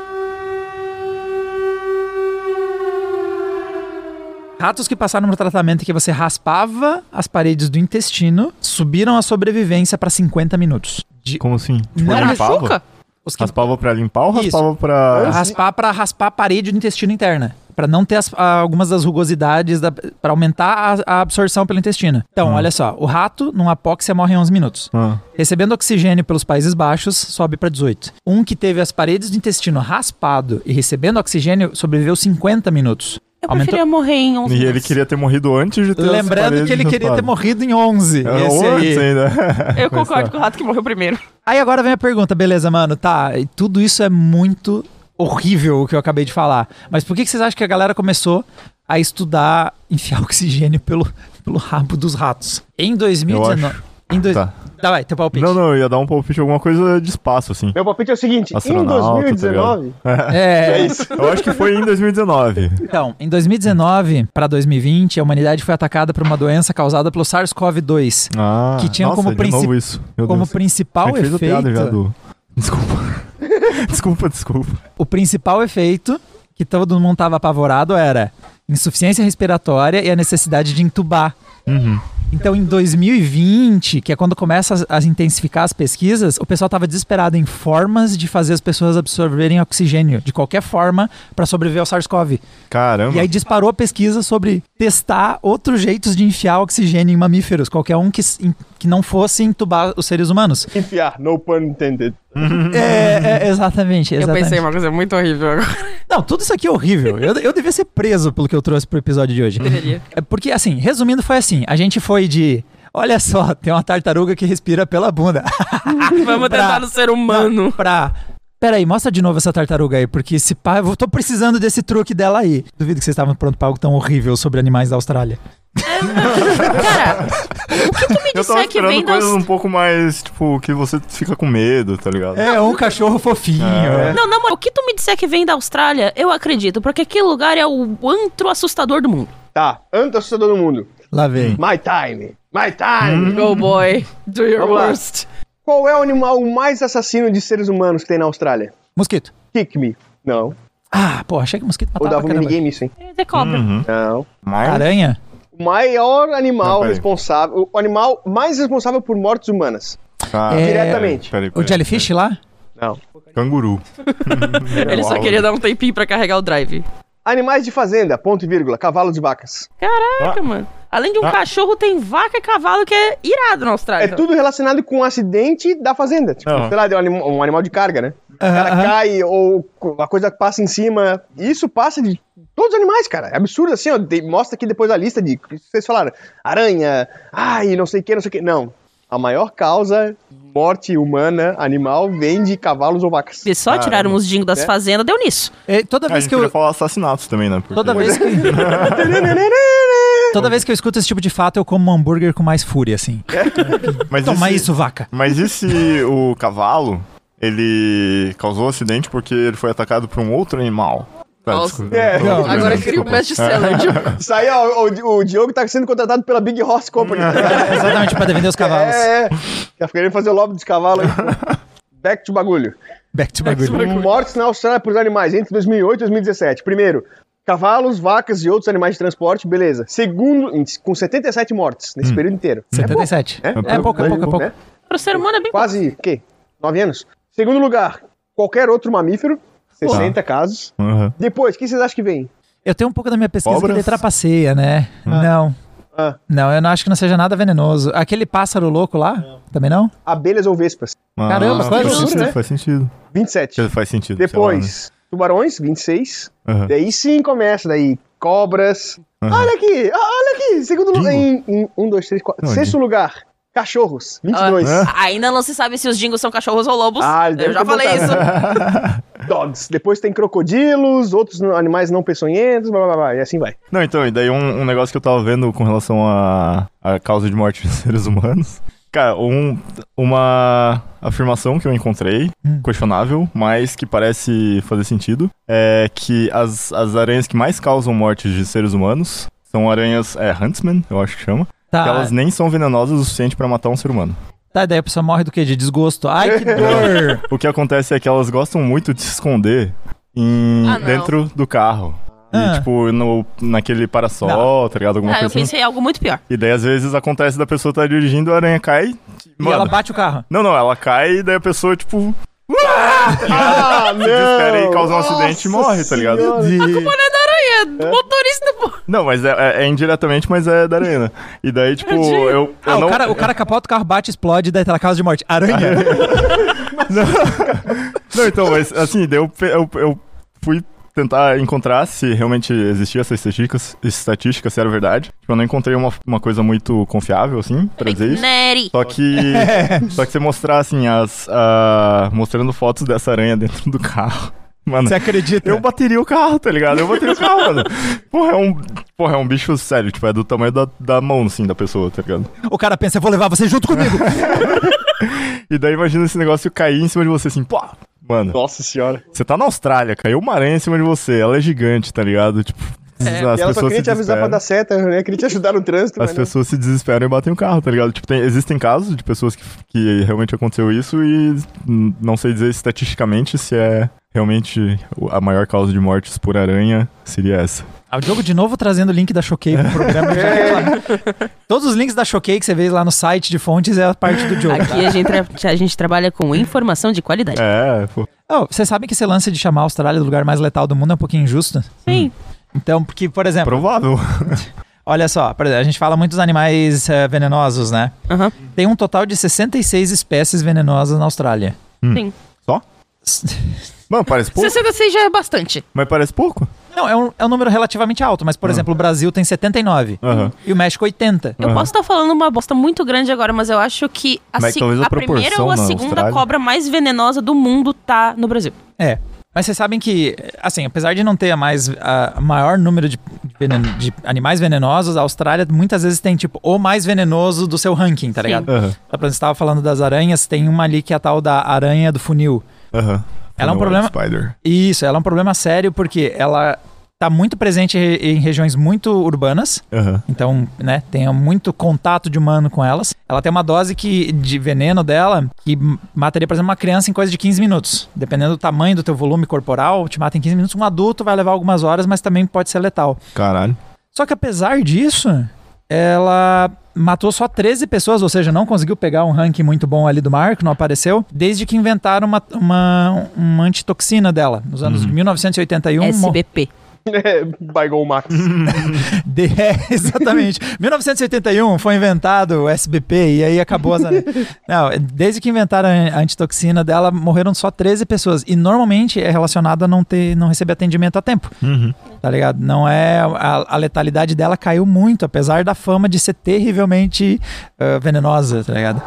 Speaker 1: Ratos que passaram por tratamento em que você raspava as paredes do intestino subiram a sobrevivência para 50 minutos. De-
Speaker 2: Como assim? Tipo,
Speaker 1: Não,
Speaker 2: limpava?
Speaker 4: Machuca?
Speaker 1: os que
Speaker 2: Raspava pra limpar ou
Speaker 1: Isso.
Speaker 2: raspava pra.
Speaker 1: raspar para raspar a parede do intestino interna. Para não ter as- a- algumas das rugosidades, para aumentar a, a absorção pelo intestino. Então, olha só: o rato, numa apóxia, morre em 11 minutos.
Speaker 2: Ah,
Speaker 1: Recebendo oxigênio pelos Países Baixos, sobe para 18. Um que teve as paredes do intestino raspado e recebendo oxigênio sobreviveu 50 minutos.
Speaker 4: Eu preferia morrer em 11
Speaker 2: E ele
Speaker 4: minutos.
Speaker 2: queria ter morrido antes de ter as
Speaker 1: Lembrando
Speaker 2: paredes
Speaker 1: que ele queria ter
Speaker 2: raspadas.
Speaker 1: morrido em 11.
Speaker 2: É,
Speaker 1: esse
Speaker 2: ou antes
Speaker 1: aí.
Speaker 2: ainda.
Speaker 4: Eu
Speaker 2: Mas
Speaker 4: concordo
Speaker 2: tá.
Speaker 4: com o rato que morreu primeiro.
Speaker 1: Aí agora vem a pergunta, beleza, mano? Tá, e tudo isso é muito horrível o que eu acabei de falar. Mas por que que vocês acham que a galera começou a estudar enfiar oxigênio pelo, pelo rabo dos ratos? Em 2019. Em dois...
Speaker 2: Tá.
Speaker 1: tá. vai, teu palpite.
Speaker 2: Não, não, eu ia dar um palpite, alguma coisa de espaço, assim.
Speaker 3: Meu palpite é o seguinte: em
Speaker 2: Astronauta, tá
Speaker 3: 2019.
Speaker 1: É,
Speaker 2: Eu acho que foi em 2019.
Speaker 1: Então, em 2019 para 2020, a humanidade foi atacada por uma doença causada pelo SARS-CoV-2,
Speaker 2: Ah,
Speaker 1: Que tinha
Speaker 2: nossa,
Speaker 1: como
Speaker 2: de
Speaker 1: princi-
Speaker 2: novo isso. Meu
Speaker 1: como
Speaker 2: Deus.
Speaker 1: principal
Speaker 2: Como é que fez a piada já
Speaker 1: efeito.
Speaker 2: do... Desculpa. desculpa, desculpa.
Speaker 1: O principal efeito que todo
Speaker 2: Uhum.
Speaker 1: mundo estava apavorado era insuficiência respiratória e a necessidade de entubar. Então, em 2020, que é quando começa a- a intensificar as pesquisas, o pessoal estava desesperado em formas de fazer as pessoas absorverem oxigênio de qualquer forma para sobreviver ao SARS-CoV.
Speaker 2: Caramba.
Speaker 1: E aí disparou a pesquisa sobre testar outros jeitos de enfiar oxigênio em mamíferos, qualquer um que, s- em- que não fosse entubar os seres humanos.
Speaker 3: Enfiar, no pun intended.
Speaker 1: é, é, exatamente, exatamente.
Speaker 4: Eu pensei uma coisa muito horrível agora.
Speaker 1: Não, tudo isso aqui é horrível. Eu, eu devia ser preso pelo que eu trouxe pro episódio de hoje.
Speaker 4: Deveria.
Speaker 1: É porque, assim, resumindo, foi assim: a gente foi de. Olha só, tem uma tartaruga que respira pela bunda.
Speaker 4: Vamos
Speaker 1: Pra-
Speaker 4: tentar no ser humano.
Speaker 1: Pra. Peraí, mostra de novo essa tartaruga aí, porque se pá, eu tô precisando desse truque dela aí. Duvido que vocês estavam pronto pra algo tão horrível sobre animais da Austrália.
Speaker 4: Cara, o que tu me
Speaker 2: Eu tava
Speaker 4: disser é que
Speaker 2: esperando
Speaker 4: vem da
Speaker 2: coisas
Speaker 4: Austrália.
Speaker 2: um pouco mais, tipo, que você fica com medo, tá ligado?
Speaker 1: É, um cachorro fofinho.
Speaker 2: É.
Speaker 4: Não, não, o que tu me disser que vem da Austrália, eu acredito, porque aquele lugar é o antro assustador do mundo.
Speaker 3: Tá, antes assustador do mundo.
Speaker 1: Lá vem.
Speaker 3: My time. My
Speaker 2: Hum.
Speaker 3: time.
Speaker 4: Go boy, do your
Speaker 3: Vamos lá.
Speaker 4: worst.
Speaker 3: Qual é o animal mais assassino de seres humanos que tem na Austrália?
Speaker 1: Mosquito.
Speaker 3: Kick me. Não.
Speaker 1: Ah, pô, achei que mosquito
Speaker 2: Tá
Speaker 3: Ou
Speaker 1: matava
Speaker 3: dava um
Speaker 1: pra caramba.
Speaker 3: minigame isso, hein?
Speaker 4: É The Cobra.
Speaker 3: Não.
Speaker 2: Mas
Speaker 1: Aranha?
Speaker 3: O maior animal
Speaker 2: Hum? Não, peraí.
Speaker 3: responsável. O animal mais responsável por mortes humanas.
Speaker 2: Ah,
Speaker 1: É,
Speaker 3: Diretamente.
Speaker 2: peraí,
Speaker 1: O
Speaker 2: peraí.
Speaker 1: jellyfish lá?
Speaker 3: Não.
Speaker 2: Canguru.
Speaker 4: Ele
Speaker 2: é
Speaker 4: só queria dar um tempinho pra carregar o drive.
Speaker 3: Animais de fazenda, ponto e vírgula, cavalos e vacas.
Speaker 4: Caraca, mano. Além de um
Speaker 2: Ah.
Speaker 4: cachorro, tem vaca e cavalo que é irado
Speaker 3: É
Speaker 4: na Austrália.
Speaker 3: tudo relacionado com um acidente da fazenda. Tipo,
Speaker 2: Aham.
Speaker 3: sei lá, de um, anima- um animal de carga, né? O
Speaker 1: Aham,
Speaker 3: cara
Speaker 1: aham.
Speaker 3: cai ou co- a coisa passa em cima. Isso passa de todos os animais, cara. É absurdo assim, ó. De- mostra aqui depois a lista de. Vocês falaram, aranha, ai, não sei o que, não sei o que. Não. A maior causa de morte humana, animal, vem de cavalos ou vacas.
Speaker 4: Se só tiraram os dingos das
Speaker 3: É.
Speaker 4: fazendas, deu nisso.
Speaker 1: É, toda
Speaker 2: Ah, A
Speaker 1: vez
Speaker 2: gente
Speaker 1: que
Speaker 2: queria
Speaker 1: eu.
Speaker 2: falar assassinatos também, né? Porque-
Speaker 1: Toda vez que. Toda vez que eu escuto esse tipo de fato, eu como um hambúrguer com mais fúria, assim.
Speaker 2: então, Mas é-
Speaker 1: Toma
Speaker 2: esse-
Speaker 1: Então, isso, vaca.
Speaker 2: Mas e se o cavalo, ele causou acidente porque ele foi atacado por um outro animal? Tá,
Speaker 4: Nossa.
Speaker 2: desculpa.
Speaker 3: É,
Speaker 2: Tô- tô
Speaker 1: agora
Speaker 2: brincando,
Speaker 1: eu
Speaker 4: um
Speaker 2: desculpa.
Speaker 4: best-seller. tipo,
Speaker 3: Isso aí, ó, o, o Diogo tá sendo contratado pela Big Horse Company.
Speaker 1: Exatamente, pra defender os cavalos.
Speaker 3: É, é. Já querendo fazer o lobby dos cavalos. aí. Back to bagulho.
Speaker 1: Back to bagulho.
Speaker 3: Mortes na Austrália por animais entre 2008 e 2017. Primeiro, cavalos, vacas e outros animais de transporte, beleza. Segundo, em- com 77 mortes nesse período inteiro. É pouco,
Speaker 1: 77. É,
Speaker 2: pouco,
Speaker 1: pouco, é
Speaker 2: é
Speaker 1: pouco, é
Speaker 2: pouco,
Speaker 1: pouco.
Speaker 3: né?
Speaker 4: pro ser humano é bem.
Speaker 3: Quase, o quê? 9 anos. Segundo lugar, qualquer outro mamífero, 60 casos.
Speaker 2: Aham.
Speaker 3: Depois, o que vocês acham que vem?
Speaker 1: Eu tenho um pouco da minha pesquisa
Speaker 2: Cobras?
Speaker 1: que ele trapaceia, né? Não.
Speaker 3: Ah.
Speaker 1: Não, eu não acho que não seja nada venenoso. Aquele pássaro louco lá? Também não?
Speaker 3: Abelhas ou vespas?
Speaker 1: Caramba,
Speaker 2: Ah,
Speaker 1: quase
Speaker 2: faz
Speaker 1: tudo,
Speaker 2: sentido,
Speaker 1: né?
Speaker 2: faz sentido.
Speaker 3: 27.
Speaker 2: Faz sentido. sei lá, né?
Speaker 3: Depois, tubarões, 26.
Speaker 2: Aham.
Speaker 3: Daí sim começa, daí cobras.
Speaker 2: Aham.
Speaker 3: Olha aqui, ó, olha aqui. Segundo lugar, em,
Speaker 2: Dingo.
Speaker 3: em um, dois, três, quatro.
Speaker 2: Não,
Speaker 3: Sexto lugar, cachorros, 22.
Speaker 2: Ah.
Speaker 4: Ainda não se sabe se os dingos são cachorros ou lobos.
Speaker 3: Ah, ele deve
Speaker 4: eu já
Speaker 3: ter
Speaker 4: falei isso.
Speaker 3: botado. Dogs. Depois tem crocodilos, outros n- animais não peçonhentos, blá blá blá. E assim vai.
Speaker 2: Não, então, e daí um, um negócio que eu tava vendo com relação à a, causa de morte de seres humanos. Cara, um, uma afirmação que eu encontrei, questionável, mas que parece fazer sentido, é que as, as aranhas que mais causam mortes de seres humanos são aranhas, é, Huntsman, eu acho que chama,
Speaker 1: Tá,
Speaker 2: que elas nem são venenosas o suficiente pra matar um ser humano.
Speaker 1: tá, daí a pessoa morre do quê? De desgosto. Ai, que dor!
Speaker 2: O que acontece é que elas gostam muito de se esconder em-
Speaker 4: Ah, não.
Speaker 2: dentro do carro.
Speaker 1: Ah.
Speaker 2: E, tipo, no, naquele parasol, tá ligado? Alguma
Speaker 4: Ah, eu
Speaker 2: coisa assim.
Speaker 4: pensei em algo muito pior.
Speaker 2: E daí, às vezes, acontece da pessoa tá dirigindo, a aranha cai.
Speaker 1: E
Speaker 2: mano,
Speaker 1: ela bate o carro.
Speaker 2: Não, não, ela cai e daí a pessoa, tipo,
Speaker 3: Ah, não!
Speaker 2: desespera e causa um acidente e morre, tá ligado?
Speaker 4: É, motorista, pô.
Speaker 2: Não, mas é, é- é indiretamente, mas é da aranha. né? E daí, tipo, eu, eu
Speaker 1: Ah,
Speaker 2: não.
Speaker 1: o, cara, o cara capota o carro, bate, explode, daí tá na casa de morte. Aranha?
Speaker 2: Não, então, mas assim, daí eu, pe- eu, eu fui tentar encontrar se realmente existia essa estatística, estatística se era verdade. Tipo, eu não encontrei uma, uma coisa muito confiável, assim, pra dizer isso.
Speaker 4: Neri.
Speaker 2: Só que. só que você mostrar, assim, as. ah, mostrando fotos dessa aranha dentro do carro. Mano,
Speaker 1: Você acredita?
Speaker 2: Eu bateria o carro, tá ligado? Eu bateria o carro, mano. Porra, é um, porra, é um bicho sério, tipo, é do tamanho da, da mão, assim, da pessoa, tá ligado?
Speaker 1: O cara pensa, eu vou levar você junto comigo.
Speaker 2: E daí imagina esse negócio cair em cima de você, assim, pô. Mano,
Speaker 3: Nossa senhora.
Speaker 2: você tá na Austrália, caiu uma aranha em cima de você, ela é gigante, tá ligado? Tipo, as
Speaker 3: É, e ela só
Speaker 2: pessoas se
Speaker 3: queria te avisar pra
Speaker 2: desesperam.
Speaker 3: dar seta, né? Queria te ajudar no trânsito.
Speaker 2: As
Speaker 3: mas não.
Speaker 2: pessoas se desesperam e batem o carro, tá ligado? Tipo, tem- existem casos de pessoas que, que realmente aconteceu isso e hum, não sei dizer estatisticamente se é realmente a maior causa de mortes por aranha seria essa.
Speaker 1: Ah, o Diogo de novo trazendo o link da Choquei pro programa. já reclamando.
Speaker 2: É.
Speaker 1: Todos os links da Choquei que você vê lá no site de fontes é a parte do Diogo. tá?
Speaker 4: Aqui a gente, tra- a gente trabalha com informação de qualidade.
Speaker 2: É, pô.
Speaker 1: Oh, vocês sabem que esse lance de chamar a Austrália do lugar mais letal do mundo é um pouquinho injusto?
Speaker 4: Sim.
Speaker 1: Então, porque, por exemplo,
Speaker 2: Provável.
Speaker 1: olha só, por exemplo, a gente fala muito dos animais eh, venenosos, né?
Speaker 2: É.
Speaker 4: Aham.
Speaker 1: Tem um total de 66 espécies venenosas na Austrália.
Speaker 2: Hum.
Speaker 4: Sim.
Speaker 2: Só? Não, parece pouco.
Speaker 4: 66 já é bastante.
Speaker 2: Mas parece pouco?
Speaker 1: Não, é um, é um número relativamente alto, mas, por exemplo, o Brasil tem 79
Speaker 2: Ah. Aham. Ah.
Speaker 1: e o México 80.
Speaker 4: Eu posso estar falando uma bosta muito grande agora, mas eu acho que a,
Speaker 2: Mas
Speaker 4: se-
Speaker 2: talvez a
Speaker 4: a primeira ou a
Speaker 2: proporção na
Speaker 4: segunda
Speaker 2: Austrália.
Speaker 4: cobra mais venenosa do mundo tá no Brasil.
Speaker 1: É. Mas vocês sabem que, assim, apesar de não ter a mais a maior número de, veneno- de animais venenosos, a Austrália muitas vezes tem, tipo, o mais venenoso do seu ranking, tá
Speaker 4: Sim.
Speaker 1: ligado?
Speaker 2: Aham.
Speaker 1: Tá, por exemplo, Você estava falando das aranhas, tem uma ali que é a tal da aranha do funil.
Speaker 2: Aham.
Speaker 1: Ela é um
Speaker 2: Não,
Speaker 1: problema-
Speaker 2: Spider.
Speaker 1: Isso, ela é um problema sério porque ela tá muito presente re- em regiões muito urbanas.
Speaker 2: Aham.
Speaker 1: Então, né, tem muito contato de humano com elas. Ela tem uma dose que, de veneno dela que m- mataria, por exemplo, uma criança em coisa de 15 minutos. Dependendo do tamanho do teu volume corporal, te mata em 15 minutos. Um adulto vai levar algumas horas, mas também pode ser letal.
Speaker 2: Caralho.
Speaker 1: Só que apesar disso, ela matou só 13 pessoas, ou seja, não conseguiu pegar um ranking muito bom ali do Marco, não apareceu, desde que inventaram uma, uma, uma antitoxina dela, nos anos 1981. mo-
Speaker 4: SBP.
Speaker 3: É, Baigou o Max.
Speaker 1: De- é, exatamente. 1981 foi inventado o SBP e aí acabou as. Não, desde que inventaram a antitoxina dela, morreram só 13 pessoas. E normalmente é relacionado a não, ter, não receber atendimento a tempo. Tá ligado? Não é. A, a letalidade dela caiu muito, apesar da fama de ser terrivelmente ah, venenosa, tá ligado?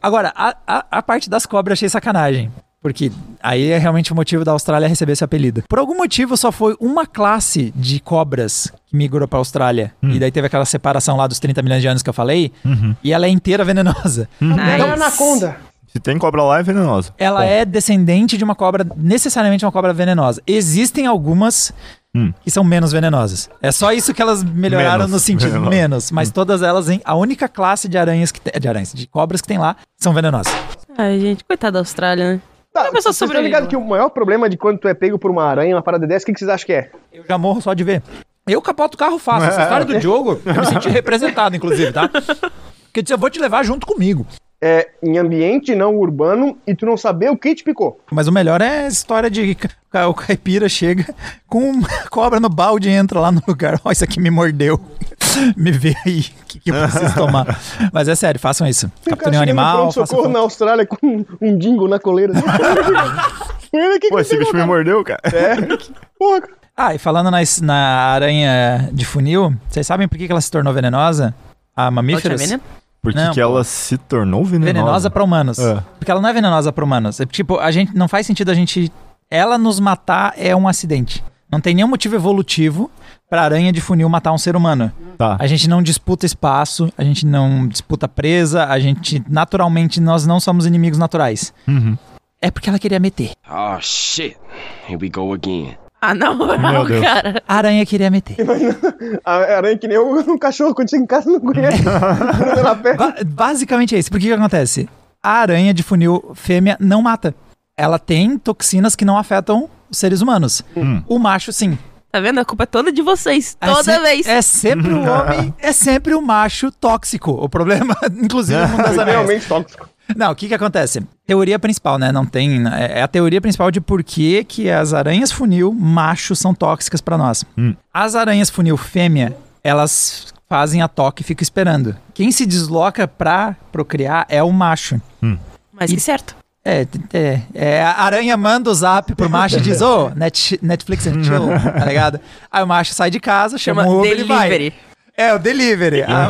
Speaker 1: Agora, a, a, a parte das cobras eu achei sacanagem. Porque aí é realmente o motivo da Austrália receber esse apelido. Por algum motivo, só foi uma classe de cobras que migrou pra Austrália.
Speaker 2: Hum.
Speaker 1: E daí teve aquela separação lá dos 30 milhões de anos que eu falei.
Speaker 2: Uhum.
Speaker 1: E ela é inteira venenosa. Então,
Speaker 3: É
Speaker 4: Nice.
Speaker 3: anaconda.
Speaker 2: Se tem cobra lá, é venenosa.
Speaker 1: Ela é descendente de uma cobra, necessariamente uma cobra venenosa. Existem algumas
Speaker 2: Hum.
Speaker 1: que são menos venenosas. É só isso que elas melhoraram
Speaker 2: Menos
Speaker 1: no sentido
Speaker 2: venenosa. Hum.
Speaker 1: menos. Mas todas elas, hein, a única classe de aranhas que tem, de aranhas, de cobras que tem lá, são venenosas.
Speaker 4: Ai, gente, coitada da Austrália, né?
Speaker 3: Tá,
Speaker 4: Uma pessoa
Speaker 3: vocês estão
Speaker 4: sobrevive,
Speaker 3: ligados
Speaker 4: né?
Speaker 3: que o maior problema de quando tu é pego por uma aranha, uma parada dessa, o que, que vocês acham que é?
Speaker 1: Eu já morro só de ver. Eu capoto o carro fácil. Essa história do Diogo, eu me senti representado, inclusive, tá? Porque disse, eu vou te levar junto comigo.
Speaker 3: É em ambiente não urbano e tu não saber o que te picou.
Speaker 1: Mas o melhor é a história de ca- o caipira chega com uma cobra no balde e entra lá no lugar. Ó, isso aqui me mordeu. Me vê aí o que, que eu preciso tomar. Mas é sério, façam isso.
Speaker 3: O cara
Speaker 1: Capturem um
Speaker 3: chega no
Speaker 1: animal, façam
Speaker 3: pronto-socorro na Austrália com um dingo na coleira. Olha que que
Speaker 2: Pô, esse
Speaker 3: pegou,
Speaker 2: bicho me
Speaker 3: cara?
Speaker 2: mordeu, cara.
Speaker 3: Porra, cara.
Speaker 1: Ah, e falando na, na aranha de funil, vocês sabem por que que ela se tornou venenosa? A
Speaker 4: Ela tinha
Speaker 1: mamíferos?
Speaker 4: veneno?
Speaker 2: Por que,
Speaker 1: Não, pô.
Speaker 2: que ela se tornou venenosa?
Speaker 1: Venenosa pra humanos.
Speaker 2: É.
Speaker 1: Porque ela não é venenosa pra humanos. É, tipo, a gente não faz sentido a gente ela nos matar é um acidente. Não tem nenhum motivo evolutivo pra aranha de funil matar um ser humano.
Speaker 2: Tá.
Speaker 1: A gente não disputa espaço, a gente não disputa presa, a gente naturalmente nós não somos inimigos naturais.
Speaker 2: Uhum.
Speaker 1: É porque ela queria meter.
Speaker 8: Oh shit. Here we go again.
Speaker 4: Ah, não,
Speaker 2: Meu Deus.
Speaker 4: cara.
Speaker 1: A aranha queria meter.
Speaker 3: A aranha que nem um cachorro, quando chega em casa não conhece. Quando ela pega.
Speaker 1: Ba- basicamente é isso. Porque o que acontece? A aranha de funil fêmea não mata. Ela tem toxinas que não afetam os seres humanos.
Speaker 2: Hum.
Speaker 1: O macho, sim.
Speaker 4: Tá vendo? A culpa é toda de vocês.
Speaker 2: Ah,
Speaker 4: Toda
Speaker 1: é se-
Speaker 4: vez.
Speaker 1: É sempre o homem, é sempre o macho tóxico. O problema, inclusive, no mundo das aranhas.
Speaker 3: Realmente tóxico.
Speaker 1: Não, o que que acontece? Teoria principal, né? Não tem... É é a teoria principal de por que que as aranhas funil macho são tóxicas pra nós. As aranhas funil fêmea, elas fazem a toca e ficam esperando. Quem se desloca pra procriar é o macho.
Speaker 4: Mas que certo.
Speaker 1: É, t- é, é, a aranha manda o zap pro macho e diz, ô, Net- Netflix and chill, tá ligado? Aí o macho sai de casa, chama,
Speaker 4: Chama
Speaker 1: o Uber e vai.
Speaker 4: delivery.
Speaker 1: É, o delivery. A,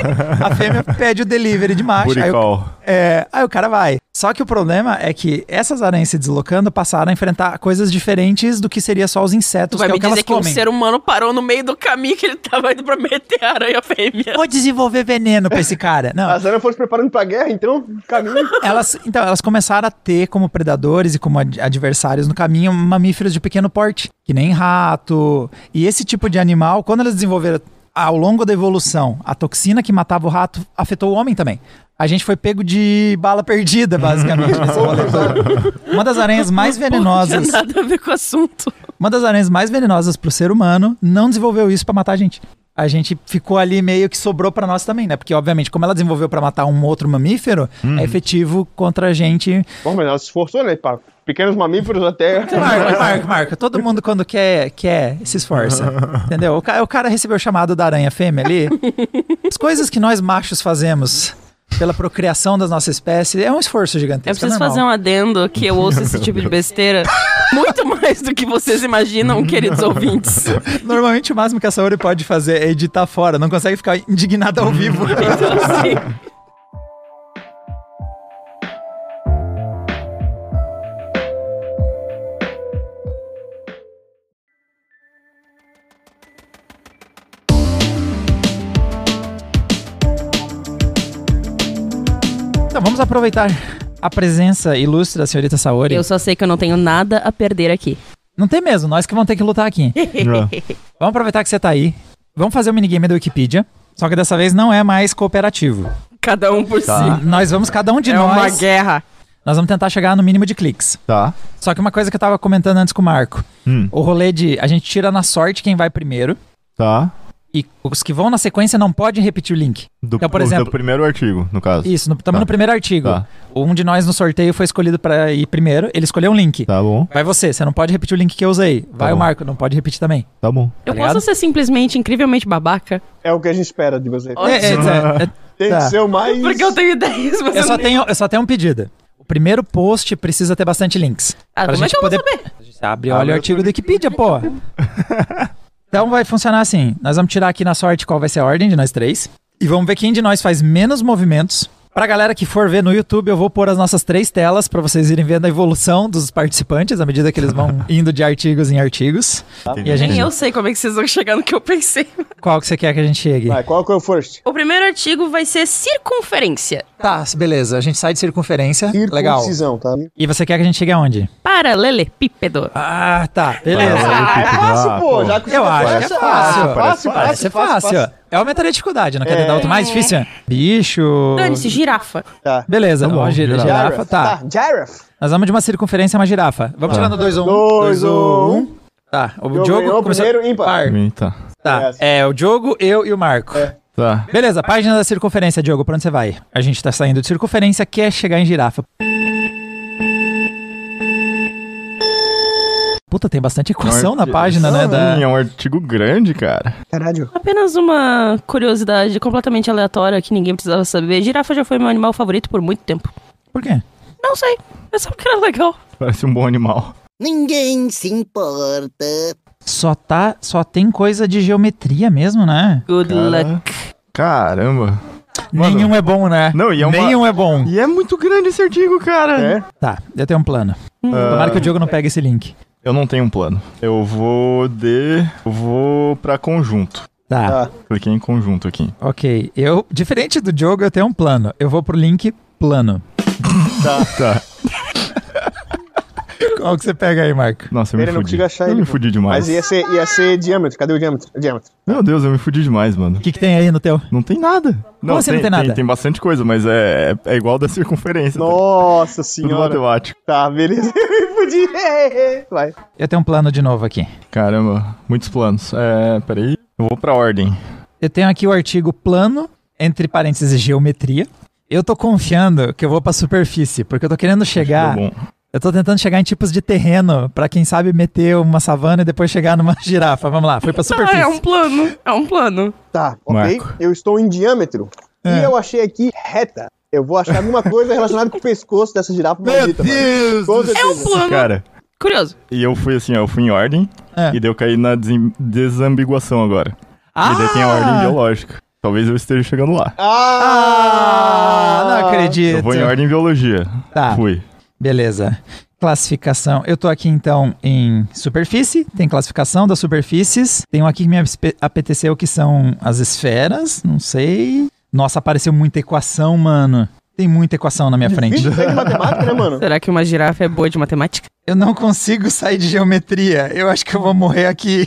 Speaker 1: a fêmea pede o delivery de macho.
Speaker 2: Booty
Speaker 1: Aí o,
Speaker 2: call.
Speaker 1: é, aí o cara vai. Só que o problema é que essas aranhas se deslocando passaram a enfrentar coisas diferentes do que seria só os
Speaker 4: Tu
Speaker 1: insetos,
Speaker 4: vai
Speaker 1: que é
Speaker 4: me
Speaker 1: o que elas
Speaker 4: dizer que um
Speaker 1: comem.
Speaker 4: ser humano parou no meio do caminho que ele tava indo pra meter a aranha fêmea.
Speaker 1: Vou desenvolver veneno pra esse cara. Não,
Speaker 3: As aranhas foram se preparando pra guerra, então caminho.
Speaker 1: elas, então, elas começaram a ter como predadores e como ad- adversários no caminho mamíferos de pequeno porte, que nem rato. E esse tipo de animal, quando elas desenvolveram ao longo da evolução, a toxina que matava o rato afetou o homem também. A gente foi pego de bala perdida, basicamente, nesse rolê todo. Uma das aranhas mais
Speaker 4: Não
Speaker 1: venenosas.
Speaker 4: tinha nada a ver com o assunto.
Speaker 1: Uma das aranhas mais venenosas pro ser humano não desenvolveu isso pra matar a gente. A gente ficou ali meio que sobrou pra nós também, né? Porque, obviamente, como ela desenvolveu pra matar um outro mamífero, é efetivo contra a gente.
Speaker 3: Bom, mas ela se esforçou, né? Pra pequenos mamíferos até.
Speaker 1: Marco, Marco, Marco, todo mundo quando quer, quer se esforça. Entendeu? O cara, o cara recebeu o chamado da aranha fêmea ali. As coisas que nós machos fazemos pela procriação da nossa espécie é um esforço gigantesco.
Speaker 4: Eu preciso
Speaker 1: é normal.
Speaker 4: fazer um adendo que eu ouço esse tipo de besteira muito mais do que vocês imaginam, queridos ouvintes.
Speaker 1: Normalmente o máximo que a Saori pode fazer é editar fora, não consegue ficar indignada ao vivo.
Speaker 4: Então, assim,
Speaker 1: Então vamos aproveitar a presença ilustre da senhorita Saori.
Speaker 4: eu só sei que eu não tenho nada a perder aqui.
Speaker 1: Não tem mesmo, nós que vamos ter que lutar aqui. vamos aproveitar que você tá aí. Vamos fazer o minigame da Wikipedia. Só que dessa vez não é mais cooperativo.
Speaker 4: Cada um por
Speaker 2: Tá.
Speaker 4: si.
Speaker 1: Nós vamos, cada um de
Speaker 4: é uma
Speaker 1: nós, Tá
Speaker 4: guerra.
Speaker 1: nós vamos tentar chegar no mínimo de cliques.
Speaker 2: Tá.
Speaker 1: Só que uma coisa que eu tava comentando antes com o Marco.
Speaker 2: Hum.
Speaker 1: O rolê de a gente tira na sorte quem vai primeiro
Speaker 2: Tá.
Speaker 1: e os que vão na sequência não podem repetir o link.
Speaker 2: Do,
Speaker 1: Então, por
Speaker 2: do
Speaker 1: exemplo-
Speaker 2: primeiro artigo, no caso.
Speaker 1: Isso, estamos
Speaker 2: Tá.
Speaker 1: no primeiro artigo.
Speaker 2: Tá.
Speaker 1: Um de nós no sorteio foi escolhido pra ir primeiro, ele escolheu um link.
Speaker 2: Tá bom,
Speaker 1: Vai você, você não pode repetir o link que eu usei. Vai o
Speaker 2: bom.
Speaker 1: Marco, não pode repetir também.
Speaker 2: tá bom.
Speaker 4: Eu
Speaker 1: ligado?
Speaker 4: posso ser simplesmente incrivelmente babaca?
Speaker 3: É o que a gente espera de você.
Speaker 1: É, é, é, é,
Speaker 3: Tem
Speaker 1: tá.
Speaker 3: que ser o mais.
Speaker 4: Porque eu tenho ideias, mas
Speaker 1: eu, só
Speaker 4: não-
Speaker 1: tenho, eu só tenho um pedido. O primeiro post precisa ter bastante links.
Speaker 4: Ah,
Speaker 1: pra
Speaker 4: como é
Speaker 1: gente
Speaker 4: que eu vou
Speaker 1: poder-
Speaker 4: saber?
Speaker 1: Você abre e olha o artigo do Wikipedia, pô. Então vai funcionar assim. Nós vamos tirar aqui na sorte qual vai ser a ordem de nós três. E vamos ver quem de nós faz menos movimentos. Pra galera que for ver no YouTube, eu vou pôr as nossas três telas pra vocês irem vendo a evolução dos participantes à medida que eles vão indo de artigos em artigos. E a gente-
Speaker 4: Nem eu sei como é que vocês vão chegar no que eu pensei.
Speaker 1: Qual que você quer que a gente chegue?
Speaker 3: Vai, qual que é o first?
Speaker 4: O primeiro artigo vai ser circunferência.
Speaker 1: Tá, beleza. A gente sai de circunferência. Legal.
Speaker 3: Circuncisão, tá?
Speaker 1: E você quer que a gente chegue aonde?
Speaker 4: Paralelepípedo.
Speaker 1: Ah, tá. Beleza.
Speaker 3: Ah, é fácil, pô.
Speaker 2: pô.
Speaker 3: Já que
Speaker 1: Eu acho que é fácil.
Speaker 3: Ah, fácil,
Speaker 1: Parece
Speaker 3: fácil,
Speaker 1: fácil. É
Speaker 3: fácil.
Speaker 1: Eu aumentei a dificuldade, não quero dar outro mais difícil. Bicho.
Speaker 4: Dane-se, girafa.
Speaker 3: Tá.
Speaker 1: Beleza,
Speaker 2: Tá bom,
Speaker 1: ó, gi- girafa.
Speaker 2: girafa.
Speaker 1: tá.
Speaker 3: Tá, Jareth.
Speaker 1: Nós vamos de uma circunferência a uma girafa. Vamos tirando 2 ou 1.
Speaker 3: Dois, um.
Speaker 1: Tá, o
Speaker 3: Eu
Speaker 1: Diogo
Speaker 3: ganhou
Speaker 1: começou...
Speaker 3: primeiro, ímpar.
Speaker 1: Par.
Speaker 2: Eita.
Speaker 1: Tá, é o Diogo, eu e o Marco.
Speaker 2: Tá.
Speaker 1: Beleza, página da circunferência, Diogo, pra onde você vai? A gente tá saindo de circunferência, quer chegar em girafa. Puta, tem bastante equação na página, né? da-
Speaker 2: Sim, Um é um artigo grande, cara.
Speaker 3: Caralho.
Speaker 4: Apenas uma curiosidade completamente aleatória que ninguém precisava saber. Girafa já foi meu animal favorito por muito tempo.
Speaker 1: Por quê?
Speaker 4: Não sei. Eu só que era legal.
Speaker 2: Parece um bom animal.
Speaker 9: Ninguém se importa.
Speaker 1: Só tá, só tem coisa de geometria mesmo, né?
Speaker 4: Good luck.
Speaker 2: Cara- Caramba. Mano.
Speaker 1: Nenhum é bom, né?
Speaker 2: Não, e é uma-
Speaker 1: Nenhum é bom.
Speaker 2: E é muito grande esse artigo, cara.
Speaker 3: É?
Speaker 1: Tá, eu tenho um plano.
Speaker 2: Ah,
Speaker 1: Tomara que o Diogo não pegue esse link.
Speaker 2: Eu não tenho um plano. Eu vou de. Eu vou pra conjunto.
Speaker 1: Tá,
Speaker 3: Tá.
Speaker 2: Cliquei em conjunto aqui.
Speaker 1: ok. Eu, diferente do Diogo, eu tenho um plano. Eu vou pro link plano.
Speaker 2: Tá. tá.
Speaker 1: Qual que você pega aí, Marco?
Speaker 2: Nossa, eu me
Speaker 3: Ele não
Speaker 2: fudi.
Speaker 3: consigo achar
Speaker 2: eu
Speaker 3: ele,
Speaker 2: me
Speaker 3: pô.
Speaker 2: fudi demais.
Speaker 3: Mas ia ser, ia ser diâmetro. Cadê o diâmetro? O diâmetro.
Speaker 2: Meu Deus, eu me fudi demais, mano.
Speaker 1: O que, que tem aí no teu?
Speaker 2: Não tem nada. Não,
Speaker 1: assim não tem nada?
Speaker 2: Tem, bastante coisa, mas é, é igual da circunferência. tá?
Speaker 3: Nossa
Speaker 2: Tudo
Speaker 3: senhora.
Speaker 2: matemático.
Speaker 3: Tá, beleza. Eu me fudi. Vai.
Speaker 1: Eu tenho um plano de novo aqui.
Speaker 2: Caramba, muitos planos. É, peraí. Eu vou pra ordem.
Speaker 1: Eu tenho aqui o artigo plano, entre parênteses, geometria. Eu tô confiando que eu vou pra superfície, porque eu tô querendo chegar.
Speaker 2: Deu bom.
Speaker 1: Eu tô tentando chegar em tipos de terreno, pra quem sabe meter uma savana e depois chegar numa girafa. Vamos lá, foi pra
Speaker 4: Ah, é um
Speaker 1: superfície.
Speaker 4: plano. É um plano.
Speaker 3: Tá, ok.
Speaker 2: Marco.
Speaker 3: Eu estou em diâmetro.
Speaker 1: É.
Speaker 3: E eu achei aqui reta. Eu vou achar alguma coisa relacionada com o pescoço dessa girafa maldita, mano.
Speaker 2: Deus!
Speaker 3: Com
Speaker 4: É um
Speaker 3: certeza.
Speaker 4: plano.
Speaker 2: Cara,
Speaker 4: Curioso.
Speaker 2: e eu fui assim, ó, eu fui em ordem
Speaker 1: É.
Speaker 2: e daí eu caí na desem- desambiguação agora. E daí tem a ordem biológica. Talvez eu esteja chegando lá.
Speaker 1: Ah,
Speaker 3: Ah!
Speaker 1: não acredito.
Speaker 2: Eu vou em ordem biologia.
Speaker 1: Tá.
Speaker 2: Fui.
Speaker 1: Beleza. Classificação. Eu tô aqui então em superfície, tem classificação das superfícies. Tem um aqui que me apete- apeteceu que são as esferas, não sei. Nossa, apareceu muita equação, mano. Tem muita equação na minha frente.
Speaker 3: Bicho, de matemática, né, mano?
Speaker 4: Será que uma girafa é boa de matemática?
Speaker 1: Eu não consigo sair de geometria. Eu acho que eu vou morrer aqui.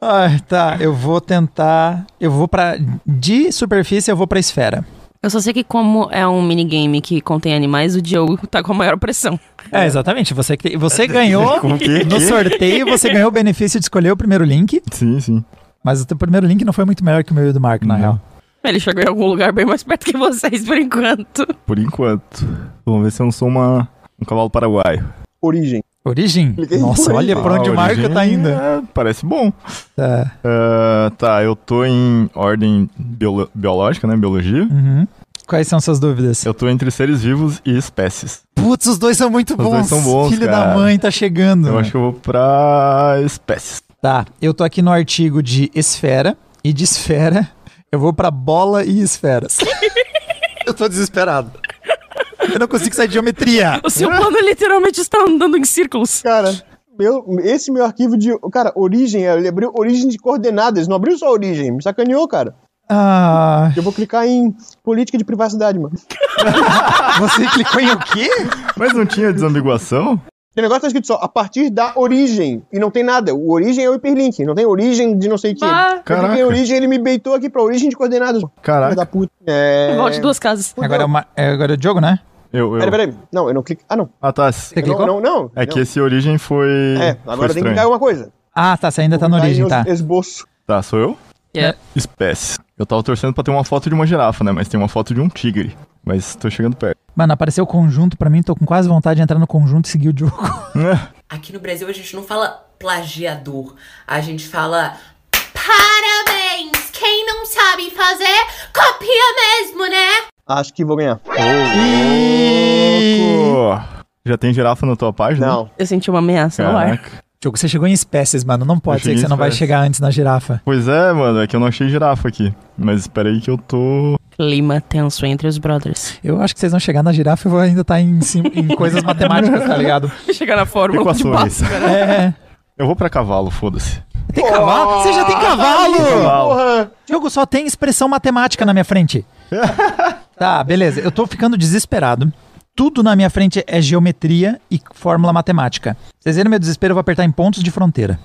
Speaker 1: Ai, tá, eu vou tentar. Eu vou pra. De superfície, eu vou pra esfera.
Speaker 4: Eu só sei que como é um minigame que contém animais, o Diogo tá com a maior pressão.
Speaker 1: É, exatamente. Você, que- você ganhou
Speaker 2: Com o quê?
Speaker 1: no sorteio, você ganhou o benefício de escolher o primeiro link,
Speaker 2: Sim, sim.
Speaker 1: mas o teu primeiro link não foi muito melhor que o meu e o do Marco, na
Speaker 2: Não.
Speaker 1: real.
Speaker 4: Ele chegou em algum lugar bem mais perto que vocês, por enquanto.
Speaker 2: Por enquanto. Vamos ver se eu não sou uma, um cavalo paraguaio.
Speaker 3: Origem.
Speaker 1: Origem.
Speaker 3: Liguei
Speaker 1: Nossa,
Speaker 3: por
Speaker 1: olha
Speaker 2: Ah,
Speaker 1: por onde o Marco
Speaker 2: origem,
Speaker 1: tá ainda.
Speaker 2: é, parece bom.
Speaker 1: Tá.
Speaker 2: Ah, tá, eu tô em ordem biolo- biológica, né? Biologia.
Speaker 1: Uhum. Quais são suas dúvidas?
Speaker 2: Eu tô entre seres vivos e espécies.
Speaker 1: Putz, os dois são muito
Speaker 2: dois
Speaker 1: bons.
Speaker 2: são bons,
Speaker 1: Filho da
Speaker 2: cara.
Speaker 1: mãe tá chegando.
Speaker 2: Eu acho que eu vou pra espécies.
Speaker 1: Tá, eu tô aqui no artigo de esfera e de esfera eu vou pra bola e esferas. eu tô desesperado. Eu não consigo sair de geometria.
Speaker 4: O seu plano literalmente está andando em círculos.
Speaker 3: Cara, meu, esse meu arquivo de. Cara, origem, ele abriu origem de coordenadas, não abriu só origem. Me sacaneou, cara.
Speaker 1: Ah,
Speaker 3: Eu vou clicar em política de privacidade, mano.
Speaker 1: você clicou em o quê?
Speaker 2: Mas não tinha desambiguação?
Speaker 3: Tem negócio que tá escrito só a partir da origem. E não tem nada. O origem é o hiperlink. Não tem origem de não sei o que.
Speaker 4: Ah,
Speaker 3: Eu
Speaker 2: Caraca.
Speaker 3: cliquei em origem, ele me beitou aqui pra origem de coordenadas. Filha
Speaker 2: Caraca.
Speaker 3: da puta. É.
Speaker 4: volte duas casas.
Speaker 3: Fudeu.
Speaker 1: Agora é, o Ma- é, agora é o Diogo, né?
Speaker 2: Eu, eu.
Speaker 3: Peraí, peraí. Não, eu não clico. Ah, não.
Speaker 2: Ah, tá.
Speaker 1: Você
Speaker 3: Eu não,
Speaker 1: clicou?
Speaker 3: não, não.
Speaker 2: É
Speaker 3: não.
Speaker 2: que esse origem foi.
Speaker 3: É,
Speaker 2: foi
Speaker 3: agora tem que
Speaker 2: estranho.
Speaker 3: clicar em alguma coisa.
Speaker 1: Ah, tá, você ainda tá na
Speaker 3: Clicar em
Speaker 1: origem,
Speaker 3: es-
Speaker 1: tá.
Speaker 3: Esboço.
Speaker 2: Tá, sou eu?
Speaker 4: É.
Speaker 2: Espécies. Eu tava torcendo pra ter uma foto de uma girafa, né? Mas tem uma foto de um tigre. Mas tô chegando perto.
Speaker 1: Mano, apareceu o conjunto pra mim, tô com quase vontade de entrar no conjunto e seguir o Diogo.
Speaker 10: Aqui no Brasil a gente não fala plagiador, a gente fala parabéns! Quem não sabe fazer, copia mesmo, né?
Speaker 3: Acho que vou ganhar.
Speaker 2: Uhum. Louco! Já tem girafa na tua página?
Speaker 3: Não.
Speaker 4: Eu senti uma ameaça no ar.
Speaker 2: Caraca.
Speaker 1: Diogo, você chegou em espécies, mano. Não
Speaker 2: Eu
Speaker 1: pode ser
Speaker 2: cheguei
Speaker 1: que você
Speaker 2: em
Speaker 1: não vai
Speaker 2: espécies.
Speaker 1: chegar antes na girafa.
Speaker 2: Pois é, mano, é que eu não achei girafa aqui. Mas espera aí que eu tô.
Speaker 4: Clima tenso entre os brothers.
Speaker 1: Eu acho que vocês vão chegar na girafa e eu vou ainda estar em, sim- em coisas matemáticas, tá ligado?
Speaker 4: Chegar na fórmula de
Speaker 2: Equações.
Speaker 4: Bhaskara.
Speaker 1: É.
Speaker 2: Eu vou pra cavalo, foda-se.
Speaker 1: Tem cavalo? Você já tem cavalo!
Speaker 3: Porra!
Speaker 1: Diogo, só tem expressão matemática na minha frente. tá, beleza. Eu tô ficando desesperado. Tudo na minha frente é geometria e fórmula matemática. Vocês viram meu desespero? Eu vou apertar em pontos de fronteira.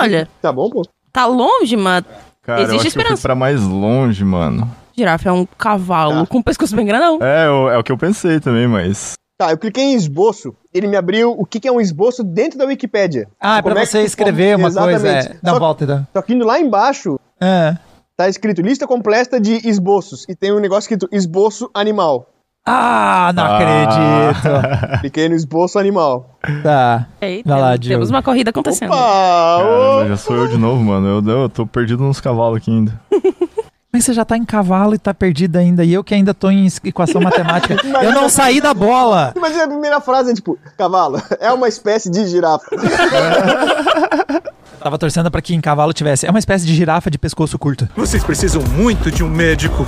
Speaker 4: Olha,
Speaker 3: Tá bom, pô?
Speaker 4: tá longe, mas
Speaker 2: Cara, eu
Speaker 4: Existe
Speaker 2: acho que eu fui
Speaker 4: esperança.
Speaker 2: pra mais longe, mano.
Speaker 4: girafa é um cavalo com o pescoço bem grandão.
Speaker 2: É, eu- é o que eu pensei também, mas.
Speaker 3: Tá, eu cliquei em esboço. Ele me abriu o que que é um esboço dentro da Wikipédia.
Speaker 1: Ah, é pra
Speaker 3: Como é que
Speaker 1: você
Speaker 3: tu
Speaker 1: escrever
Speaker 3: forma-
Speaker 1: uma coisa.
Speaker 3: Exatamente.
Speaker 1: É. Não,
Speaker 3: Só-
Speaker 1: volta então.
Speaker 3: Só que indo lá embaixo,
Speaker 1: É.
Speaker 3: tá escrito lista completa de esboços. E tem um negócio escrito esboço animal.
Speaker 1: Ah, não acredito.
Speaker 2: Ah.
Speaker 3: Cliquei no esboço animal.
Speaker 1: Tá.
Speaker 4: Eita,
Speaker 1: Vai lá,
Speaker 4: temos
Speaker 1: Diogo.
Speaker 4: uma corrida acontecendo.
Speaker 3: Opa! ô!
Speaker 2: Caramba, já sou eu de novo, mano. Eu, eu tô perdido nos cavalos aqui ainda.
Speaker 1: Mas você já tá em cavalo e tá perdido ainda. E eu que ainda tô em equação matemática. eu não saí da bola.
Speaker 3: Imagina a primeira frase, é tipo, cavalo, é uma espécie de girafa.
Speaker 1: Tava torcendo pra que em cavalo tivesse. É uma espécie de girafa de pescoço curto.
Speaker 11: Vocês precisam muito de um médico.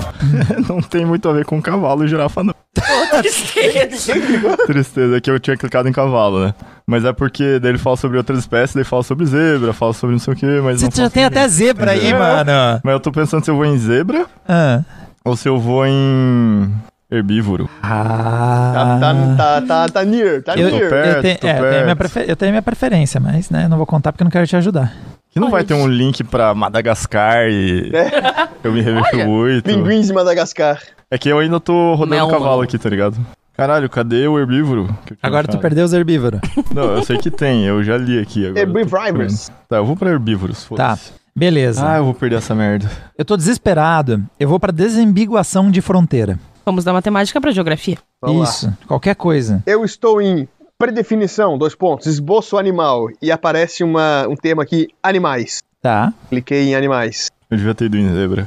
Speaker 2: Não tem muito a ver com cavalo e girafa, não. Tristeza é que eu tinha clicado em cavalo, né? Mas é porque daí ele fala sobre outras espécies, daí fala sobre zebra, fala sobre não sei o que, mas
Speaker 1: Você
Speaker 2: não
Speaker 1: já
Speaker 2: fala
Speaker 1: tem
Speaker 2: sobre-
Speaker 1: até zebra aí,
Speaker 2: É.
Speaker 1: mano.
Speaker 2: Mas eu tô pensando se eu vou em zebra
Speaker 1: Ah.
Speaker 2: ou se eu vou em herbívoro.
Speaker 3: Tá, tá, tá, tá, tá near, tá
Speaker 1: Eu,
Speaker 2: Ah. tô
Speaker 1: eu
Speaker 3: near.
Speaker 2: perto,
Speaker 1: tenho-
Speaker 2: tô
Speaker 1: é, eu tenho a minha
Speaker 2: perto.
Speaker 1: prefe- eu tenho a minha preferência, mas né, não vou contar porque eu não quero te ajudar.
Speaker 2: Que não vai ter um link pra Madagascar e
Speaker 1: É.
Speaker 2: eu me revejo muito.
Speaker 3: Pinguins de Madagascar.
Speaker 2: É que eu ainda tô rodando
Speaker 4: Melman.
Speaker 2: cavalo aqui, tá ligado? Caralho, cadê o herbívoro? que eu tinha
Speaker 1: Agora tu
Speaker 2: achado?
Speaker 1: perdeu os herbívoros.
Speaker 2: Não, eu sei que tem, eu já li aqui agora.
Speaker 3: Herbivores.
Speaker 2: Tá, eu vou pra herbívoros,
Speaker 1: tá.
Speaker 2: foda-se.
Speaker 1: Beleza.
Speaker 2: Ah, eu vou perder essa merda.
Speaker 1: Eu tô desesperado. Eu vou pra desambiguação de fronteira.
Speaker 4: Vamos da matemática pra geografia.
Speaker 3: Vamos lá.
Speaker 1: Isso. Qualquer coisa.
Speaker 3: Eu estou em predefinição, dois pontos, esboço animal. E aparece uma, um tema aqui, animais.
Speaker 1: Tá.
Speaker 3: Cliquei em animais.
Speaker 2: Eu devia ter ido em zebra.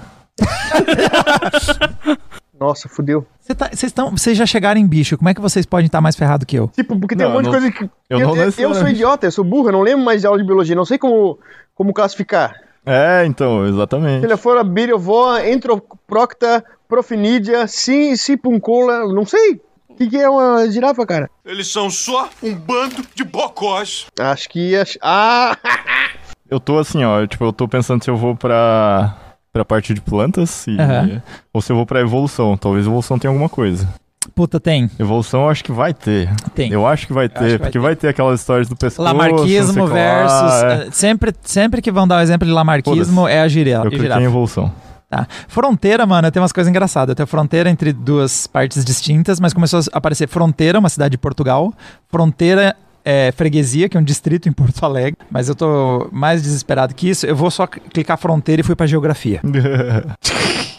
Speaker 3: Nossa, fudeu.
Speaker 1: Você tá- Vocês tão- vocês já chegaram em bicho. Como é que vocês podem estar mais ferrado que eu?
Speaker 3: Tipo, porque tem
Speaker 2: Não,
Speaker 3: um monte
Speaker 2: não-
Speaker 3: de coisa que.
Speaker 2: eu não
Speaker 3: eu sou
Speaker 2: necessariamente.
Speaker 3: idiota, eu sou burro, eu não lembro mais de aula de biologia, não sei como, como classificar.
Speaker 2: É, então, exatamente.
Speaker 3: Telefora, biliovoa, entroprocta, profinídea, sim, cipuncola, não sei. O que, que é uma girafa, cara?
Speaker 11: Eles são só um bando de bocós.
Speaker 3: Acho que. ia- Ah!
Speaker 2: Eu tô assim, ó, tipo, eu tô pensando se eu vou pra, pra parte de plantas e-
Speaker 1: Aham.
Speaker 2: ou se eu vou pra evolução. Talvez evolução tenha alguma coisa.
Speaker 1: Puta, tem.
Speaker 2: Evolução eu acho que vai ter.
Speaker 1: Tem.
Speaker 2: Eu acho que vai ter,
Speaker 1: que vai
Speaker 2: porque vai ter. aquelas histórias do pescoço.
Speaker 1: Lamarquismo
Speaker 2: não sei o que lá,
Speaker 1: versus. eh,
Speaker 2: é.
Speaker 1: Sempre, sempre que vão dar o exemplo de lamarquismo
Speaker 2: Foda-se.
Speaker 1: é a gira-
Speaker 2: Eu cliquei
Speaker 1: girafa.
Speaker 2: em evolução.
Speaker 1: Tá. Fronteira, mano, tem umas coisas engraçadas. Tem a fronteira entre duas partes distintas, mas começou a aparecer Fronteira, uma cidade de Portugal, Fronteira é, Freguesia, que é um distrito em Porto Alegre, mas eu tô mais desesperado que isso. Eu vou só clicar Fronteira e fui pra Geografia.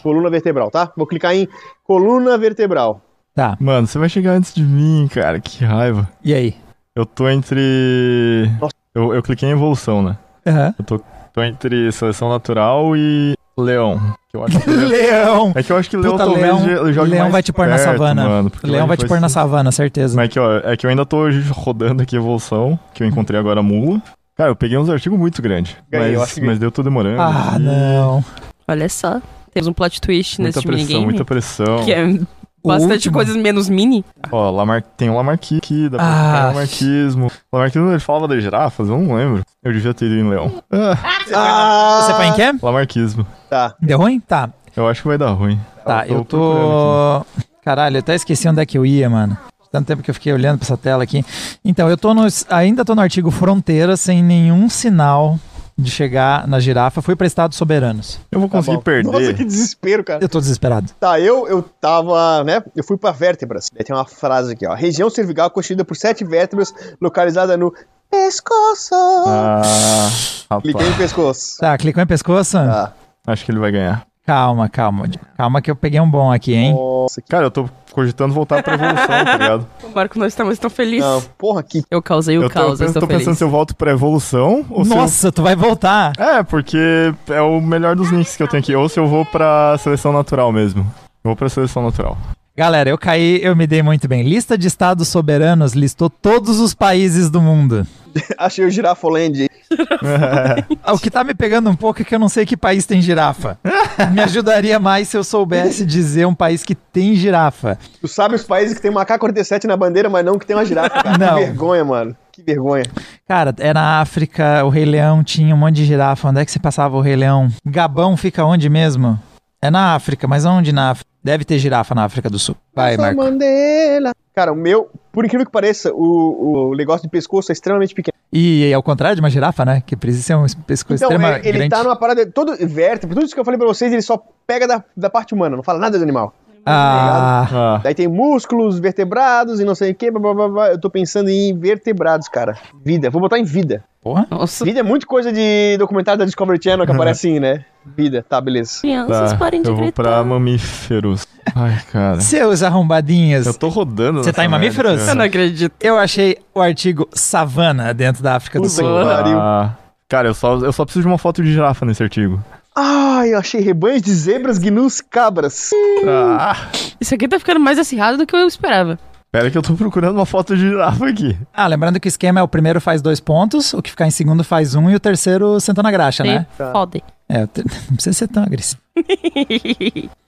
Speaker 3: coluna vertebral, tá? Vou clicar em coluna vertebral.
Speaker 1: Tá.
Speaker 2: Mano, você vai chegar antes de mim, cara. Que raiva.
Speaker 1: E aí?
Speaker 2: Eu tô entre. Eu, eu cliquei em evolução, né?
Speaker 1: Aham.
Speaker 2: Eu tô, tô entre seleção natural e leão. Que eu acho que
Speaker 1: Leão!
Speaker 2: É que eu acho que leão
Speaker 1: Puta,
Speaker 2: talvez
Speaker 1: leão,
Speaker 2: jo- jogue
Speaker 1: leão
Speaker 2: mais
Speaker 1: vai te pôr na
Speaker 2: perto,
Speaker 1: savana.
Speaker 2: mano, porque
Speaker 1: leão
Speaker 2: lá
Speaker 1: vai te
Speaker 2: depois-
Speaker 1: pôr na savana, certeza.
Speaker 2: Mas é que, ó, é que eu ainda tô rodando aqui evolução, que eu encontrei agora a mula. Cara, eu peguei uns artigos muito grandes.
Speaker 3: Ganhei, eu acho
Speaker 2: Mas,
Speaker 3: que
Speaker 2: mas deu tô demorando.
Speaker 1: Ah, não.
Speaker 4: Olha só. Temos um plot twist
Speaker 2: Muita
Speaker 4: nesse
Speaker 2: pressão,
Speaker 4: minigame.
Speaker 2: muita pressão.
Speaker 4: Que é bastante
Speaker 1: último.
Speaker 4: coisas menos mini.
Speaker 2: Ó, Lamar... tem o Lamarck aqui, dá pra
Speaker 1: Ah.
Speaker 2: ah. Lamarquismo. Lamarquismo ele falava das girafas? Eu não lembro. Eu devia ter ido em leão. Ah,
Speaker 3: Ah,
Speaker 1: Você foi em quê?
Speaker 2: Lamarquismo.
Speaker 3: Tá.
Speaker 1: Deu ruim? Tá.
Speaker 2: Eu acho que vai dar ruim.
Speaker 1: Tá,
Speaker 2: tô
Speaker 1: eu
Speaker 2: procurando
Speaker 1: tô. Caralho, eu até esqueci onde é que eu ia, mano. Tanto tempo que eu fiquei olhando pra essa tela aqui. Então, eu tô no. Ainda tô no artigo Fronteira, sem nenhum sinal de chegar na girafa. Fui pra Estados Soberanos.
Speaker 2: Eu vou
Speaker 3: Tá
Speaker 2: conseguir
Speaker 3: bom.
Speaker 2: perder.
Speaker 3: Nossa, que desespero, cara.
Speaker 1: Eu tô desesperado.
Speaker 3: Tá, eu, eu tava, né? Eu fui pra vértebras. Daí Tem uma frase aqui, ó. Região cervical constituída por sete vértebras localizada no pescoço.
Speaker 2: Ah,
Speaker 3: Cliquei no
Speaker 2: rapaz.
Speaker 3: pescoço.
Speaker 1: Tá, clicou em pescoço?
Speaker 3: Tá.
Speaker 2: Acho que ele vai ganhar.
Speaker 1: Calma, calma. Calma que eu peguei um bom aqui, hein?
Speaker 3: Nossa, que...
Speaker 2: Cara, eu tô cogitando voltar pra evolução, tá ligado?
Speaker 4: O Marco não está mais tão feliz.
Speaker 3: Não, porra, que...
Speaker 4: Eu causei o
Speaker 2: eu tô,
Speaker 4: caos, eu
Speaker 2: eu
Speaker 4: estou
Speaker 2: tô pensando
Speaker 4: feliz.
Speaker 2: se eu volto pra evolução ou se eu
Speaker 1: Nossa, tu vai voltar.
Speaker 2: É, porque é o melhor dos links que eu tenho aqui. Ou se eu vou pra seleção natural mesmo. Eu vou pra seleção natural.
Speaker 1: Galera, eu caí, eu me dei muito bem. Lista de estados soberanos listou todos os países do mundo.
Speaker 3: Achei o girafoland.
Speaker 1: Ah, O que tá me pegando um pouco é que eu não sei que país tem girafa. me ajudaria mais se eu soubesse dizer um país que tem girafa.
Speaker 3: Tu sabe os países que tem macaco 47 na bandeira, mas não que tem uma girafa, cara.
Speaker 1: Não.
Speaker 3: Que vergonha, mano. Que vergonha.
Speaker 1: Cara, é na África, o Rei Leão tinha um monte de girafa. Onde é que se passava o Rei Leão? Gabão fica onde mesmo? É na África, mas onde na África? Deve ter girafa na África do Sul. Vai,
Speaker 3: Nelson
Speaker 1: Marco.
Speaker 3: Mandela. Cara, o meu, por incrível que pareça, o, o negócio de pescoço é extremamente pequeno.
Speaker 1: E ao contrário de uma girafa, né? Que precisa ser um pescoço
Speaker 3: Então,
Speaker 1: extrema
Speaker 3: ele, ele
Speaker 1: grande.
Speaker 3: tá numa parada. Todo vértice, tudo isso que eu falei pra vocês, ele só pega da, da parte humana, não fala nada do animal. Tá
Speaker 1: Ah,
Speaker 2: Ah,
Speaker 3: Daí tem músculos, vertebrados e não sei o que, blá, blá, blá, blá. Eu tô pensando em vertebrados, cara. Vida, vou botar em vida.
Speaker 1: porra.
Speaker 4: Nossa,
Speaker 3: Vida é muito coisa de documentário da Discovery Channel que
Speaker 1: Uhum.
Speaker 3: aparece assim, né? Vida, tá, beleza.
Speaker 4: crianças
Speaker 2: tá.
Speaker 4: parem de
Speaker 2: Eu vou
Speaker 4: gritar.
Speaker 2: pra mamíferos. Ai, cara.
Speaker 1: Seus arrombadinhos.
Speaker 2: Eu tô né? rodando.
Speaker 1: Você
Speaker 2: nessa
Speaker 1: tá em
Speaker 2: merda,
Speaker 1: mamíferos?
Speaker 4: Eu
Speaker 2: cara.
Speaker 4: não acredito.
Speaker 1: Eu achei o artigo Savana dentro da África do
Speaker 3: Puta
Speaker 1: Sul.
Speaker 3: que pariu.
Speaker 2: Ah, cara, eu só, eu só preciso de uma foto de girafa nesse artigo.
Speaker 3: Ai, eu achei rebanhos de zebras, gnus, cabras.
Speaker 2: Ah,
Speaker 4: Isso aqui tá ficando mais acirrado do que eu esperava.
Speaker 2: pera que eu tô procurando uma foto de girafa aqui.
Speaker 1: Ah, lembrando que o esquema é o primeiro faz dois pontos, o que ficar em segundo faz um e o terceiro senta na graxa, né?
Speaker 4: E
Speaker 3: Tá.
Speaker 4: Foda.
Speaker 1: É, o ter- não precisa ser tão agressivo.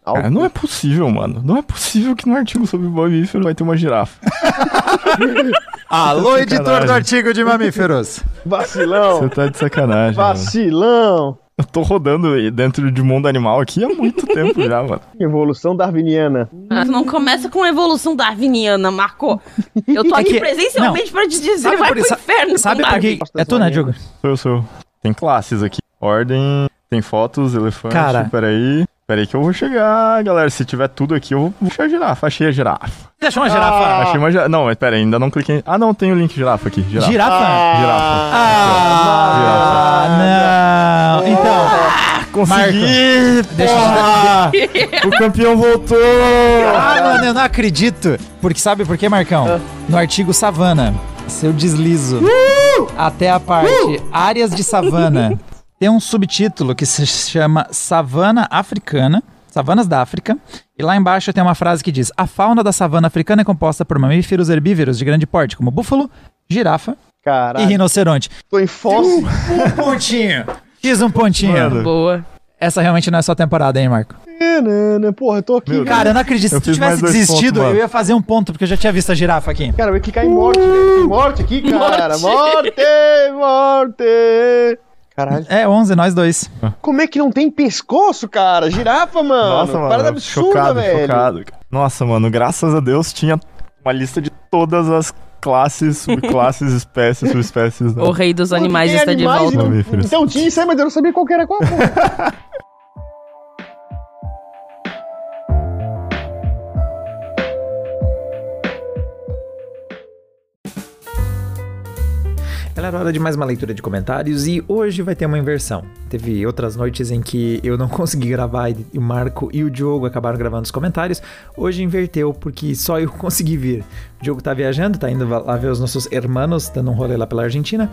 Speaker 2: Cara, não é possível, mano. Não é possível que num artigo sobre mamífero vai ter uma girafa.
Speaker 1: Alô,
Speaker 2: editor Sacanagem. do
Speaker 1: artigo de mamíferos.
Speaker 2: Você
Speaker 3: Vacilão,
Speaker 2: tá de sacanagem. mano.
Speaker 3: vacilão.
Speaker 2: Eu tô rodando dentro de mundo animal aqui há muito tempo já, mano.
Speaker 3: Evolução darwiniana.
Speaker 4: Ah, não começa com a evolução darwiniana, Marco. Eu tô
Speaker 1: É
Speaker 4: aqui
Speaker 1: que-
Speaker 4: presencialmente pra te dizer, vai pro
Speaker 1: sa-
Speaker 4: inferno
Speaker 1: sabe
Speaker 4: com
Speaker 1: por
Speaker 4: Darwin.
Speaker 1: quê? É tu, né, Diogo?
Speaker 2: Sou eu, sou eu. Tem classes aqui. Ordem, tem fotos, elefante.
Speaker 1: Cara.
Speaker 2: Peraí. Peraí que eu vou chegar, galera. Se tiver tudo aqui, eu vou vou achar a girafa. Achei a girafa.
Speaker 1: Você achou uma girafa?
Speaker 2: Achei uma girafa. Não, mas peraí, ainda não cliquei. Ah, não, tem o link girafa aqui. Girafa.
Speaker 1: Girafa?
Speaker 2: Girafa.
Speaker 3: Ah,
Speaker 1: Ah, não. Então,
Speaker 2: Consegui!
Speaker 1: deixa eu te dar-
Speaker 2: Porra! o campeão voltou!
Speaker 1: Ah, mano, eu não acredito. Porque sabe por quê, Marcão? No artigo Savana, seu deslizo até a parte Áreas de Savana, tem um subtítulo que se chama Savana Africana. Savanas da África. E lá embaixo tem uma frase que diz: A fauna da savana africana é composta por mamíferos herbívoros de grande porte, como búfalo, girafa e
Speaker 3: Caralho,
Speaker 1: rinoceronte.
Speaker 3: tô em
Speaker 2: Uh!
Speaker 3: fóssil.
Speaker 1: Um pontinho! Diz um pontinho.
Speaker 2: Mano.
Speaker 4: Boa.
Speaker 1: Essa realmente não é só temporada, hein, Marco?
Speaker 3: Nanana, Porra, eu tô aqui.
Speaker 2: Meu
Speaker 1: Cara, eu não acredito. Se
Speaker 2: Eu
Speaker 1: tu
Speaker 2: fiz mais
Speaker 1: tivesse
Speaker 2: dois
Speaker 1: desistido,
Speaker 2: pontos, mano.
Speaker 1: eu ia fazer um ponto, porque eu já tinha visto a girafa aqui.
Speaker 3: Cara, eu ia clicar em morte,
Speaker 2: Uh!
Speaker 3: velho. Tem morte aqui, cara. Morte, morte. Caralho.
Speaker 1: É, 11, nós dois.
Speaker 3: Como é que não tem pescoço, cara? Girafa, mano.
Speaker 2: Nossa, mano.
Speaker 3: Parada absurda,
Speaker 2: chocado,
Speaker 3: velho.
Speaker 2: chocado. Nossa, mano, graças a Deus tinha uma lista de todas as classes, subclasses, espécies, subespécies. né?
Speaker 4: O rei dos
Speaker 3: Pô, tu
Speaker 4: animais
Speaker 3: tem
Speaker 4: está de
Speaker 3: animais então, e
Speaker 4: volta.
Speaker 3: não-
Speaker 2: Mamíferos.
Speaker 3: Então tinha isso aí, mas eu não sabia qual que era qual. porra.
Speaker 1: Galera, hora de mais uma leitura de comentários e hoje vai ter uma inversão. Teve outras noites em que eu não consegui gravar e o Marco e o Diogo acabaram gravando os comentários. Hoje inverteu porque só eu consegui vir. O Diogo tá viajando, tá indo lá ver os nossos hermanos dando um rolê lá pela Argentina.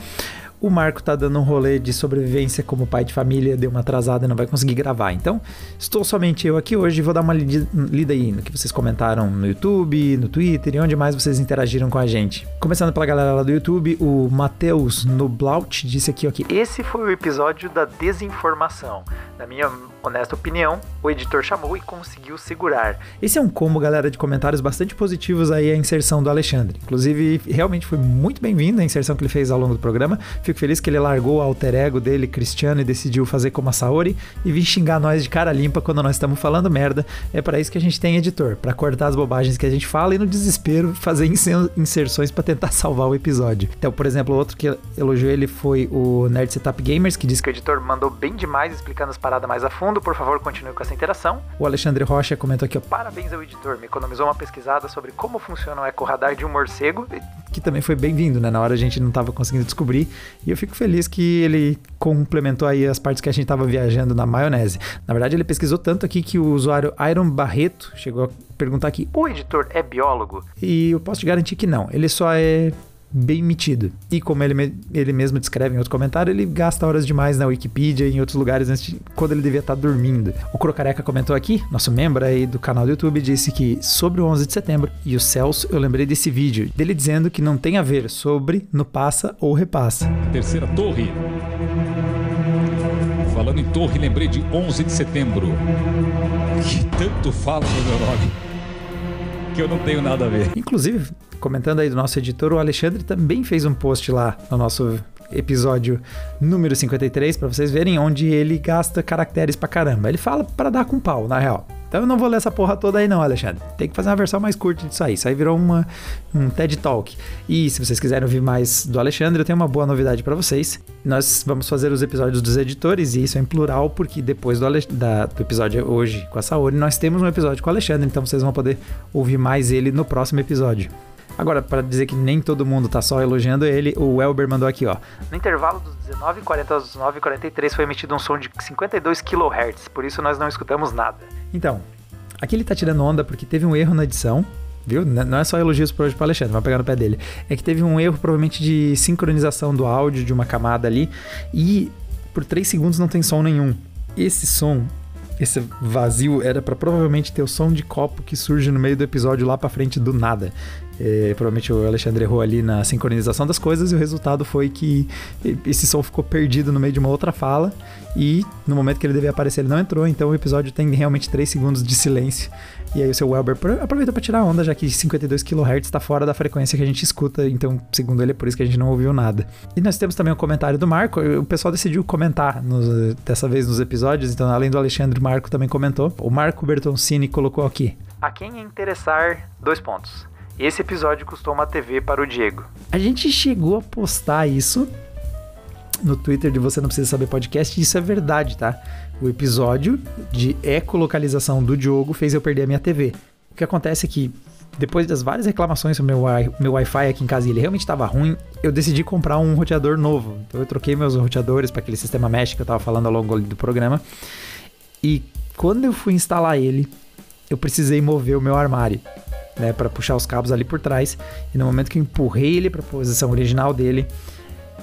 Speaker 1: O Marco tá dando um rolê de sobrevivência como pai de família, deu uma atrasada e não vai conseguir gravar. Então, estou somente eu aqui hoje e vou dar uma lida, lida aí no que vocês comentaram no YouTube, no Twitter e onde mais vocês interagiram com a gente. Começando pela galera lá do YouTube, o Matheus Noblaut disse aqui, ó, que esse foi o episódio da desinformação. Na minha honesta opinião, o editor chamou e conseguiu segurar. Esse é um combo, galera, de comentários bastante positivos aí a inserção do Alexandre. Inclusive, realmente foi muito bem-vinda a inserção que ele fez ao longo do programa. Fico feliz que ele largou o alter ego dele, Cristiano, e decidiu fazer como a Saori e vir xingar nós de cara limpa quando nós estamos falando merda. É para isso que a gente tem editor, para cortar as bobagens que a gente fala e no desespero fazer inser- inserções para tentar salvar o episódio. Então, por exemplo, outro que elogiou ele foi o Nerd Setup Gamers, que disse que o editor mandou bem demais explicando as paradas mais a fundo, por favor, continue com essa interação. O Alexandre Rocha comentou aqui, ó, parabéns ao editor, me economizou uma pesquisada sobre como funciona o ecorradar de um morcego, que também foi bem-vindo, né? Na hora a gente não tava conseguindo descobrir, e eu fico feliz que ele complementou aí as partes que a gente tava viajando na maionese. Na verdade, ele pesquisou tanto aqui que o usuário Iron Barreto chegou a perguntar aqui, o editor é biólogo? E eu posso te garantir que não, ele só é bem metido. E como ele, me- ele mesmo descreve em outro comentário, ele gasta horas demais na Wikipedia e em outros lugares antes de- quando ele devia estar dormindo. O Crocareca comentou aqui, nosso membro aí do canal do YouTube, disse que sobre o 11 de setembro e o Celso, eu lembrei desse vídeo, dele dizendo que não tem a ver sobre no passa ou repassa.
Speaker 12: Terceira torre. Falando em torre, lembrei de 11 de setembro. Que tanto fala no meu nome. Que eu não tenho nada a ver.
Speaker 1: Inclusive, comentando aí do nosso editor, o Alexandre também fez um post lá no nosso episódio número 53 pra vocês verem onde ele gasta caracteres pra caramba. Ele fala pra dar com pau, na real. Então eu não vou ler essa porra toda aí não, Alexandre. Tem que fazer uma versão mais curta disso aí. Isso aí virou uma, um TED Talk. E se vocês quiserem ouvir mais do Alexandre, eu tenho uma boa novidade pra vocês. Nós vamos fazer os episódios dos editores, e isso é em plural, porque depois do, Ale- da- do episódio hoje com a Saori, nós temos um episódio com o Alexandre, então vocês vão poder ouvir mais ele no próximo episódio. Agora, pra dizer que nem todo mundo tá só elogiando ele, o Elber mandou aqui, ó. No intervalo dos 19h40 aos 19h43 foi emitido um som de 52 kHz, por isso nós não escutamos nada. Então, aqui ele tá tirando onda porque teve um erro na edição, viu? N- Não é só elogios pro hoje pro Alexandre, vai pegar no pé dele. É que teve um erro provavelmente de sincronização do áudio de uma camada ali e por 3 segundos não tem som nenhum. Esse som, esse vazio era pra provavelmente ter o som de copo que surge no meio do episódio lá pra frente do nada. É, provavelmente o Alexandre errou ali na sincronização das coisas e o resultado foi que esse som ficou perdido no meio de uma outra fala e no momento que ele devia aparecer ele não entrou, então o episódio tem realmente 3 segundos de silêncio. E aí o seu Welber pro- aproveitou pra tirar onda, já que 52 kHz tá fora da frequência que a gente escuta, então segundo ele é por isso que a gente não ouviu nada. E nós temos também um comentário do Marco, o pessoal decidiu comentar nos- dessa vez nos episódios, então além do Alexandre, o Marco também comentou. O Marco Bertoncini colocou aqui. A quem interessar, dois pontos. Esse episódio custou uma TV para o Diego. A gente chegou a postar isso no Twitter de Você Não Precisa Saber Podcast, e isso é verdade, tá? O episódio de ecolocalização do Diogo fez eu perder a minha TV. O que acontece é que, depois das várias reclamações sobre meu, wi- meu Wi-Fi aqui em casa e ele realmente estava ruim, eu decidi comprar um roteador novo. Então eu troquei meus roteadores para aquele sistema mesh que eu estava falando ao longo do programa. E quando eu fui instalar ele, eu precisei mover o meu armário, né, para puxar os cabos ali por trás. E no momento que eu empurrei ele para a posição original dele,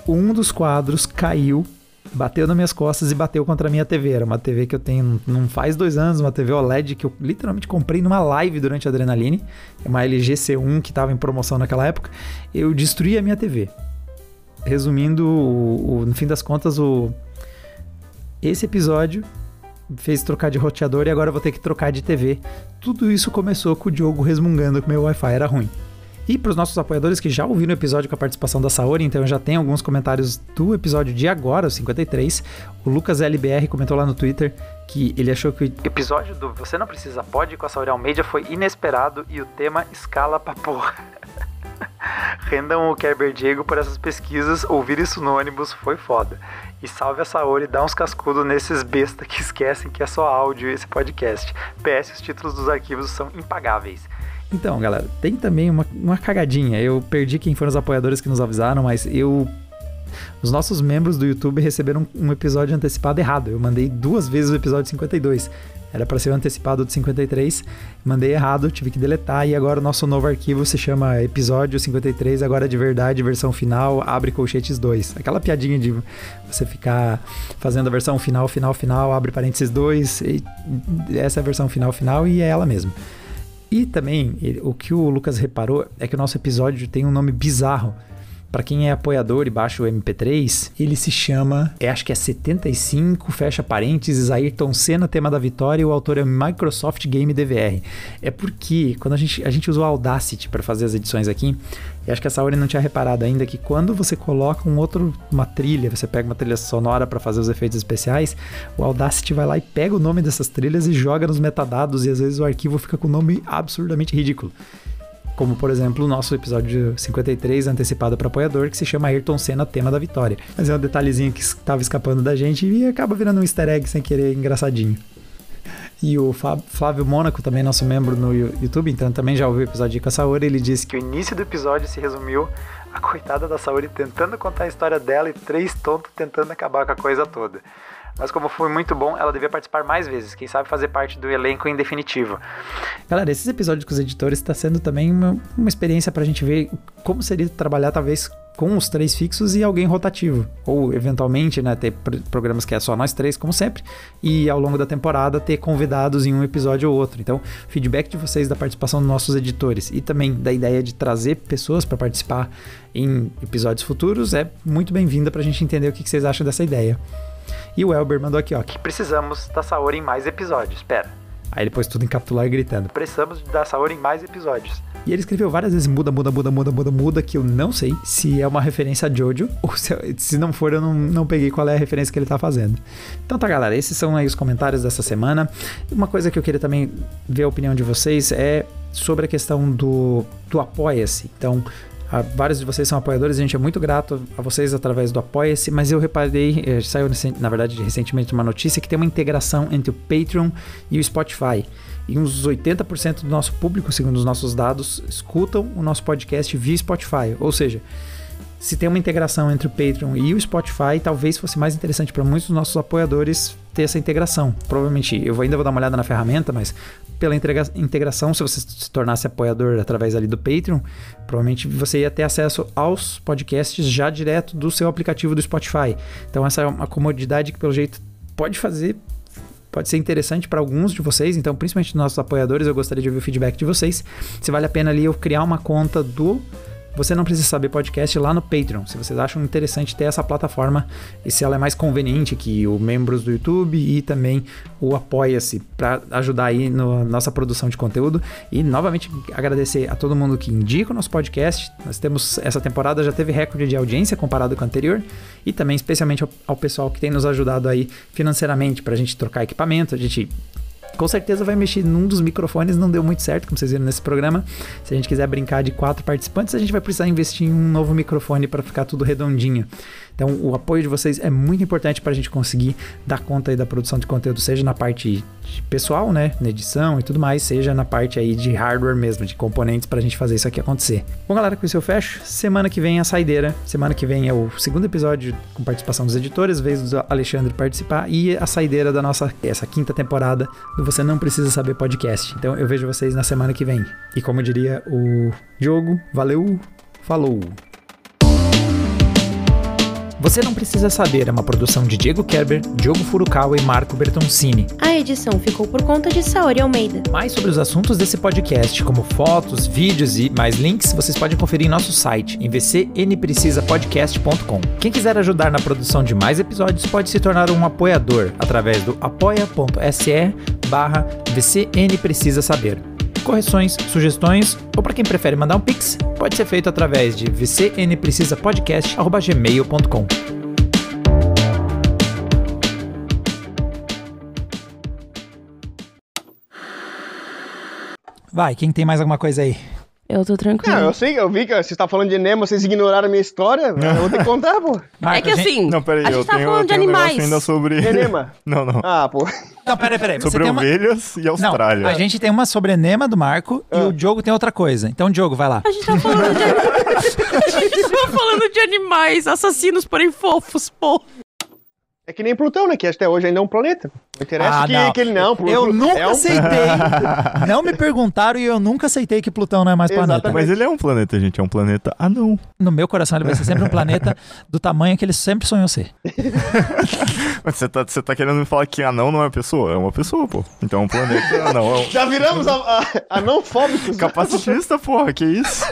Speaker 1: um dos quadros caiu, bateu nas minhas costas e bateu contra a minha TV. Era uma TV que eu tenho não faz dois anos, uma TV OLED que eu literalmente comprei numa live durante a Adrenaline, uma LG C1 que estava em promoção naquela época. Eu destruí a minha TV. Resumindo, o- o- no fim das contas, o esse episódio fez trocar de roteador e agora eu vou ter que trocar de TV. Tudo isso começou com o Diogo resmungando que meu Wi-Fi era ruim. E para os nossos apoiadores que já ouviram o episódio com a participação da Saori, então já tem alguns comentários do episódio de agora, o 53. O Lucas LBR comentou lá no Twitter que ele achou que o episódio do Você Não Precisa Pode com a Saori Almeida foi inesperado e o tema escala pra porra. Rendam o Kerber Diego por essas pesquisas, ouvir isso no ônibus foi foda. E salve a Saori, dá uns cascudos nesses besta que esquecem que é só áudio esse podcast. PS, os títulos dos arquivos são impagáveis. Então, galera, tem também uma, uma cagadinha. Eu perdi quem foram os apoiadores que nos avisaram, mas eu Os nossos membros do YouTube receberam um episódio antecipado errado. Eu mandei duas vezes o episódio 52. Era para ser o antecipado do 53, mandei errado, tive que deletar e agora o nosso novo arquivo se chama episódio 53, agora de verdade, versão final, abre colchetes 2. Aquela piadinha de você ficar fazendo a versão final, final, final, abre parênteses 2, e essa é a versão final, final e é ela mesmo. E também, o que o Lucas reparou é que o nosso episódio tem um nome bizarro. Para quem é apoiador e baixa o MP3, ele se chama, é, acho que é 75, fecha parênteses, Ayrton Senna, tema da vitória, e o autor é Microsoft Game DVR. É porque quando a gente, a gente usa o Audacity para fazer as edições aqui, e acho que a Saori não tinha reparado ainda que quando você coloca um outro, uma trilha, você pega uma trilha sonora para fazer os efeitos especiais, o Audacity vai lá e pega o nome dessas trilhas e joga nos metadados, e às vezes o arquivo fica com um nome absurdamente ridículo como por exemplo o nosso episódio 53 antecipado para apoiador, que se chama Ayrton Senna Tema da Vitória. Mas é um detalhezinho que estava escapando da gente e acaba virando um easter egg sem querer, engraçadinho. E o Flávio Mônaco, também nosso membro no YouTube, então também já ouviu o episódio com a Saori, ele disse que o início do episódio se resumiu a coitada da Saori tentando contar a história dela e três tontos tentando acabar com a coisa toda mas como foi muito bom, ela devia participar mais vezes, quem sabe fazer parte do elenco em definitivo. Galera, esses episódios com os editores está sendo também uma, uma experiência para a gente ver como seria trabalhar talvez com os três fixos e alguém rotativo. Ou, eventualmente, né, ter programas que é só nós três, como sempre, e ao longo da temporada ter convidados em um episódio ou outro. Então, feedback de vocês da participação dos nossos editores e também da ideia de trazer pessoas para participar em episódios futuros é muito bem-vinda para a gente entender o que, que vocês acham dessa ideia. E o Elber mandou aqui, ó, que precisamos da Saori em mais episódios. Espera. Aí ele pôs tudo em capitular gritando: Precisamos da Saori em mais episódios. E ele escreveu várias vezes: muda, muda, muda, muda, muda, muda, que eu não sei se é uma referência a Jojo, ou se, se não for, eu não, não peguei qual é a referência que ele tá fazendo. Então tá, galera, esses são aí os comentários dessa semana. Uma coisa que eu queria também ver a opinião de vocês é sobre a questão do, do apoia-se. Então, vários de vocês são apoiadores, a gente é muito grato a vocês através do Apoia-se, mas eu reparei, eh, saiu na verdade recentemente uma notícia que tem uma integração entre o Patreon e o Spotify. E uns 80% do nosso público, segundo os nossos dados, escutam o nosso podcast via Spotify. Ou seja, se tem uma integração entre o Patreon e o Spotify, talvez fosse mais interessante para muitos dos nossos apoiadores ter essa integração. Provavelmente, eu ainda vou dar uma olhada na ferramenta, mas pela integração, se você se tornasse apoiador através ali do Patreon, provavelmente você ia ter acesso aos podcasts já direto do seu aplicativo do Spotify. Então essa é uma comodidade que pelo jeito pode fazer pode ser interessante para alguns de vocês, então principalmente nossos apoiadores, eu gostaria de ouvir o feedback de vocês. Se vale a pena ali eu criar uma conta do você não precisa saber podcast lá no Patreon. Se vocês acham interessante ter essa plataforma e se ela é mais conveniente que o membros do YouTube e também o Apoia-se para ajudar aí na no, nossa produção de conteúdo. E novamente agradecer a todo mundo que indica o nosso podcast. Nós temos essa temporada já teve recorde de audiência comparado com a anterior e também especialmente ao, ao pessoal que tem nos ajudado aí financeiramente para a gente trocar equipamento, a gente com certeza vai mexer num dos microfones, não deu muito certo, como vocês viram nesse programa. Se a gente quiser brincar de quatro participantes, a gente vai precisar investir em um novo microfone para ficar tudo redondinho. Então, o apoio de vocês é muito importante para a gente conseguir dar conta aí da produção de conteúdo, seja na parte pessoal, né, na edição e tudo mais, seja na parte aí de hardware mesmo, de componentes para a gente fazer isso aqui acontecer. Bom, galera, com isso eu fecho. Semana que vem é a saideira. Semana que vem é o segundo episódio com participação dos editores, vez do Alexandre participar e a saideira da nossa essa quinta temporada do Você Não Precisa Saber Podcast. Então eu vejo vocês na semana que vem. E como diria o Diogo, valeu, falou. Você Não Precisa Saber é uma produção de Diego Kerber, Diogo Furukawa e Marco Bertoncini.
Speaker 5: A edição ficou por conta de Saori Almeida.
Speaker 1: Mais sobre os assuntos desse podcast, como fotos, vídeos e mais links, vocês podem conferir em nosso site, em vcnprecisapodcast.com. Quem quiser ajudar na produção de mais episódios pode se tornar um apoiador através do apoia.se barra Saber. Correções, sugestões ou para quem prefere mandar um pix, pode ser feito através de vcnprecisapodcast.gmail.com. Vai, quem tem mais alguma coisa aí?
Speaker 4: Eu tô tranquilo.
Speaker 3: Não, eu sei, eu vi que vocês estavam falando de Nemo, vocês ignoraram a minha história. mas Eu vou ter que contar, pô.
Speaker 4: É que assim,
Speaker 2: Não, peraí,
Speaker 4: a gente
Speaker 2: eu
Speaker 4: tava
Speaker 2: tenho,
Speaker 4: falando
Speaker 2: eu
Speaker 4: de
Speaker 2: tenho um negócio
Speaker 4: animais.
Speaker 2: ainda sobre.
Speaker 3: Enema.
Speaker 2: não, não.
Speaker 3: É Ah, pô.
Speaker 1: Não, peraí, peraí. Você
Speaker 2: sobre
Speaker 1: tem uma...
Speaker 2: ovelhas e Austrália.
Speaker 1: A gente tá tem uma sobre Enema do Marco e
Speaker 3: Ah.
Speaker 1: o Diogo tem outra coisa. Então, Diogo, vai lá.
Speaker 4: A gente tava Tá falando de, a gente tava falando de animais assassinos, porém fofos, pô.
Speaker 3: É que nem Plutão, né? Que até hoje ainda é um planeta. Não interessa
Speaker 1: Ah,
Speaker 3: que,
Speaker 1: não.
Speaker 3: que ele não. Plu-
Speaker 1: Eu
Speaker 3: Plu-
Speaker 1: nunca
Speaker 3: é um-
Speaker 1: aceitei. não me perguntaram e eu nunca aceitei que Plutão não é mais planeta.
Speaker 2: Mas ele é um planeta, gente. É um planeta anão.
Speaker 1: No meu coração, ele vai ser sempre um planeta do tamanho que ele sempre sonhou ser.
Speaker 2: Mas você tá, você tá querendo me falar que anão não é pessoa? É uma pessoa, pô. Então é um planeta anão. É um
Speaker 3: Já viramos a, a, anão fóbicos.
Speaker 2: capacitista, porra. Que isso?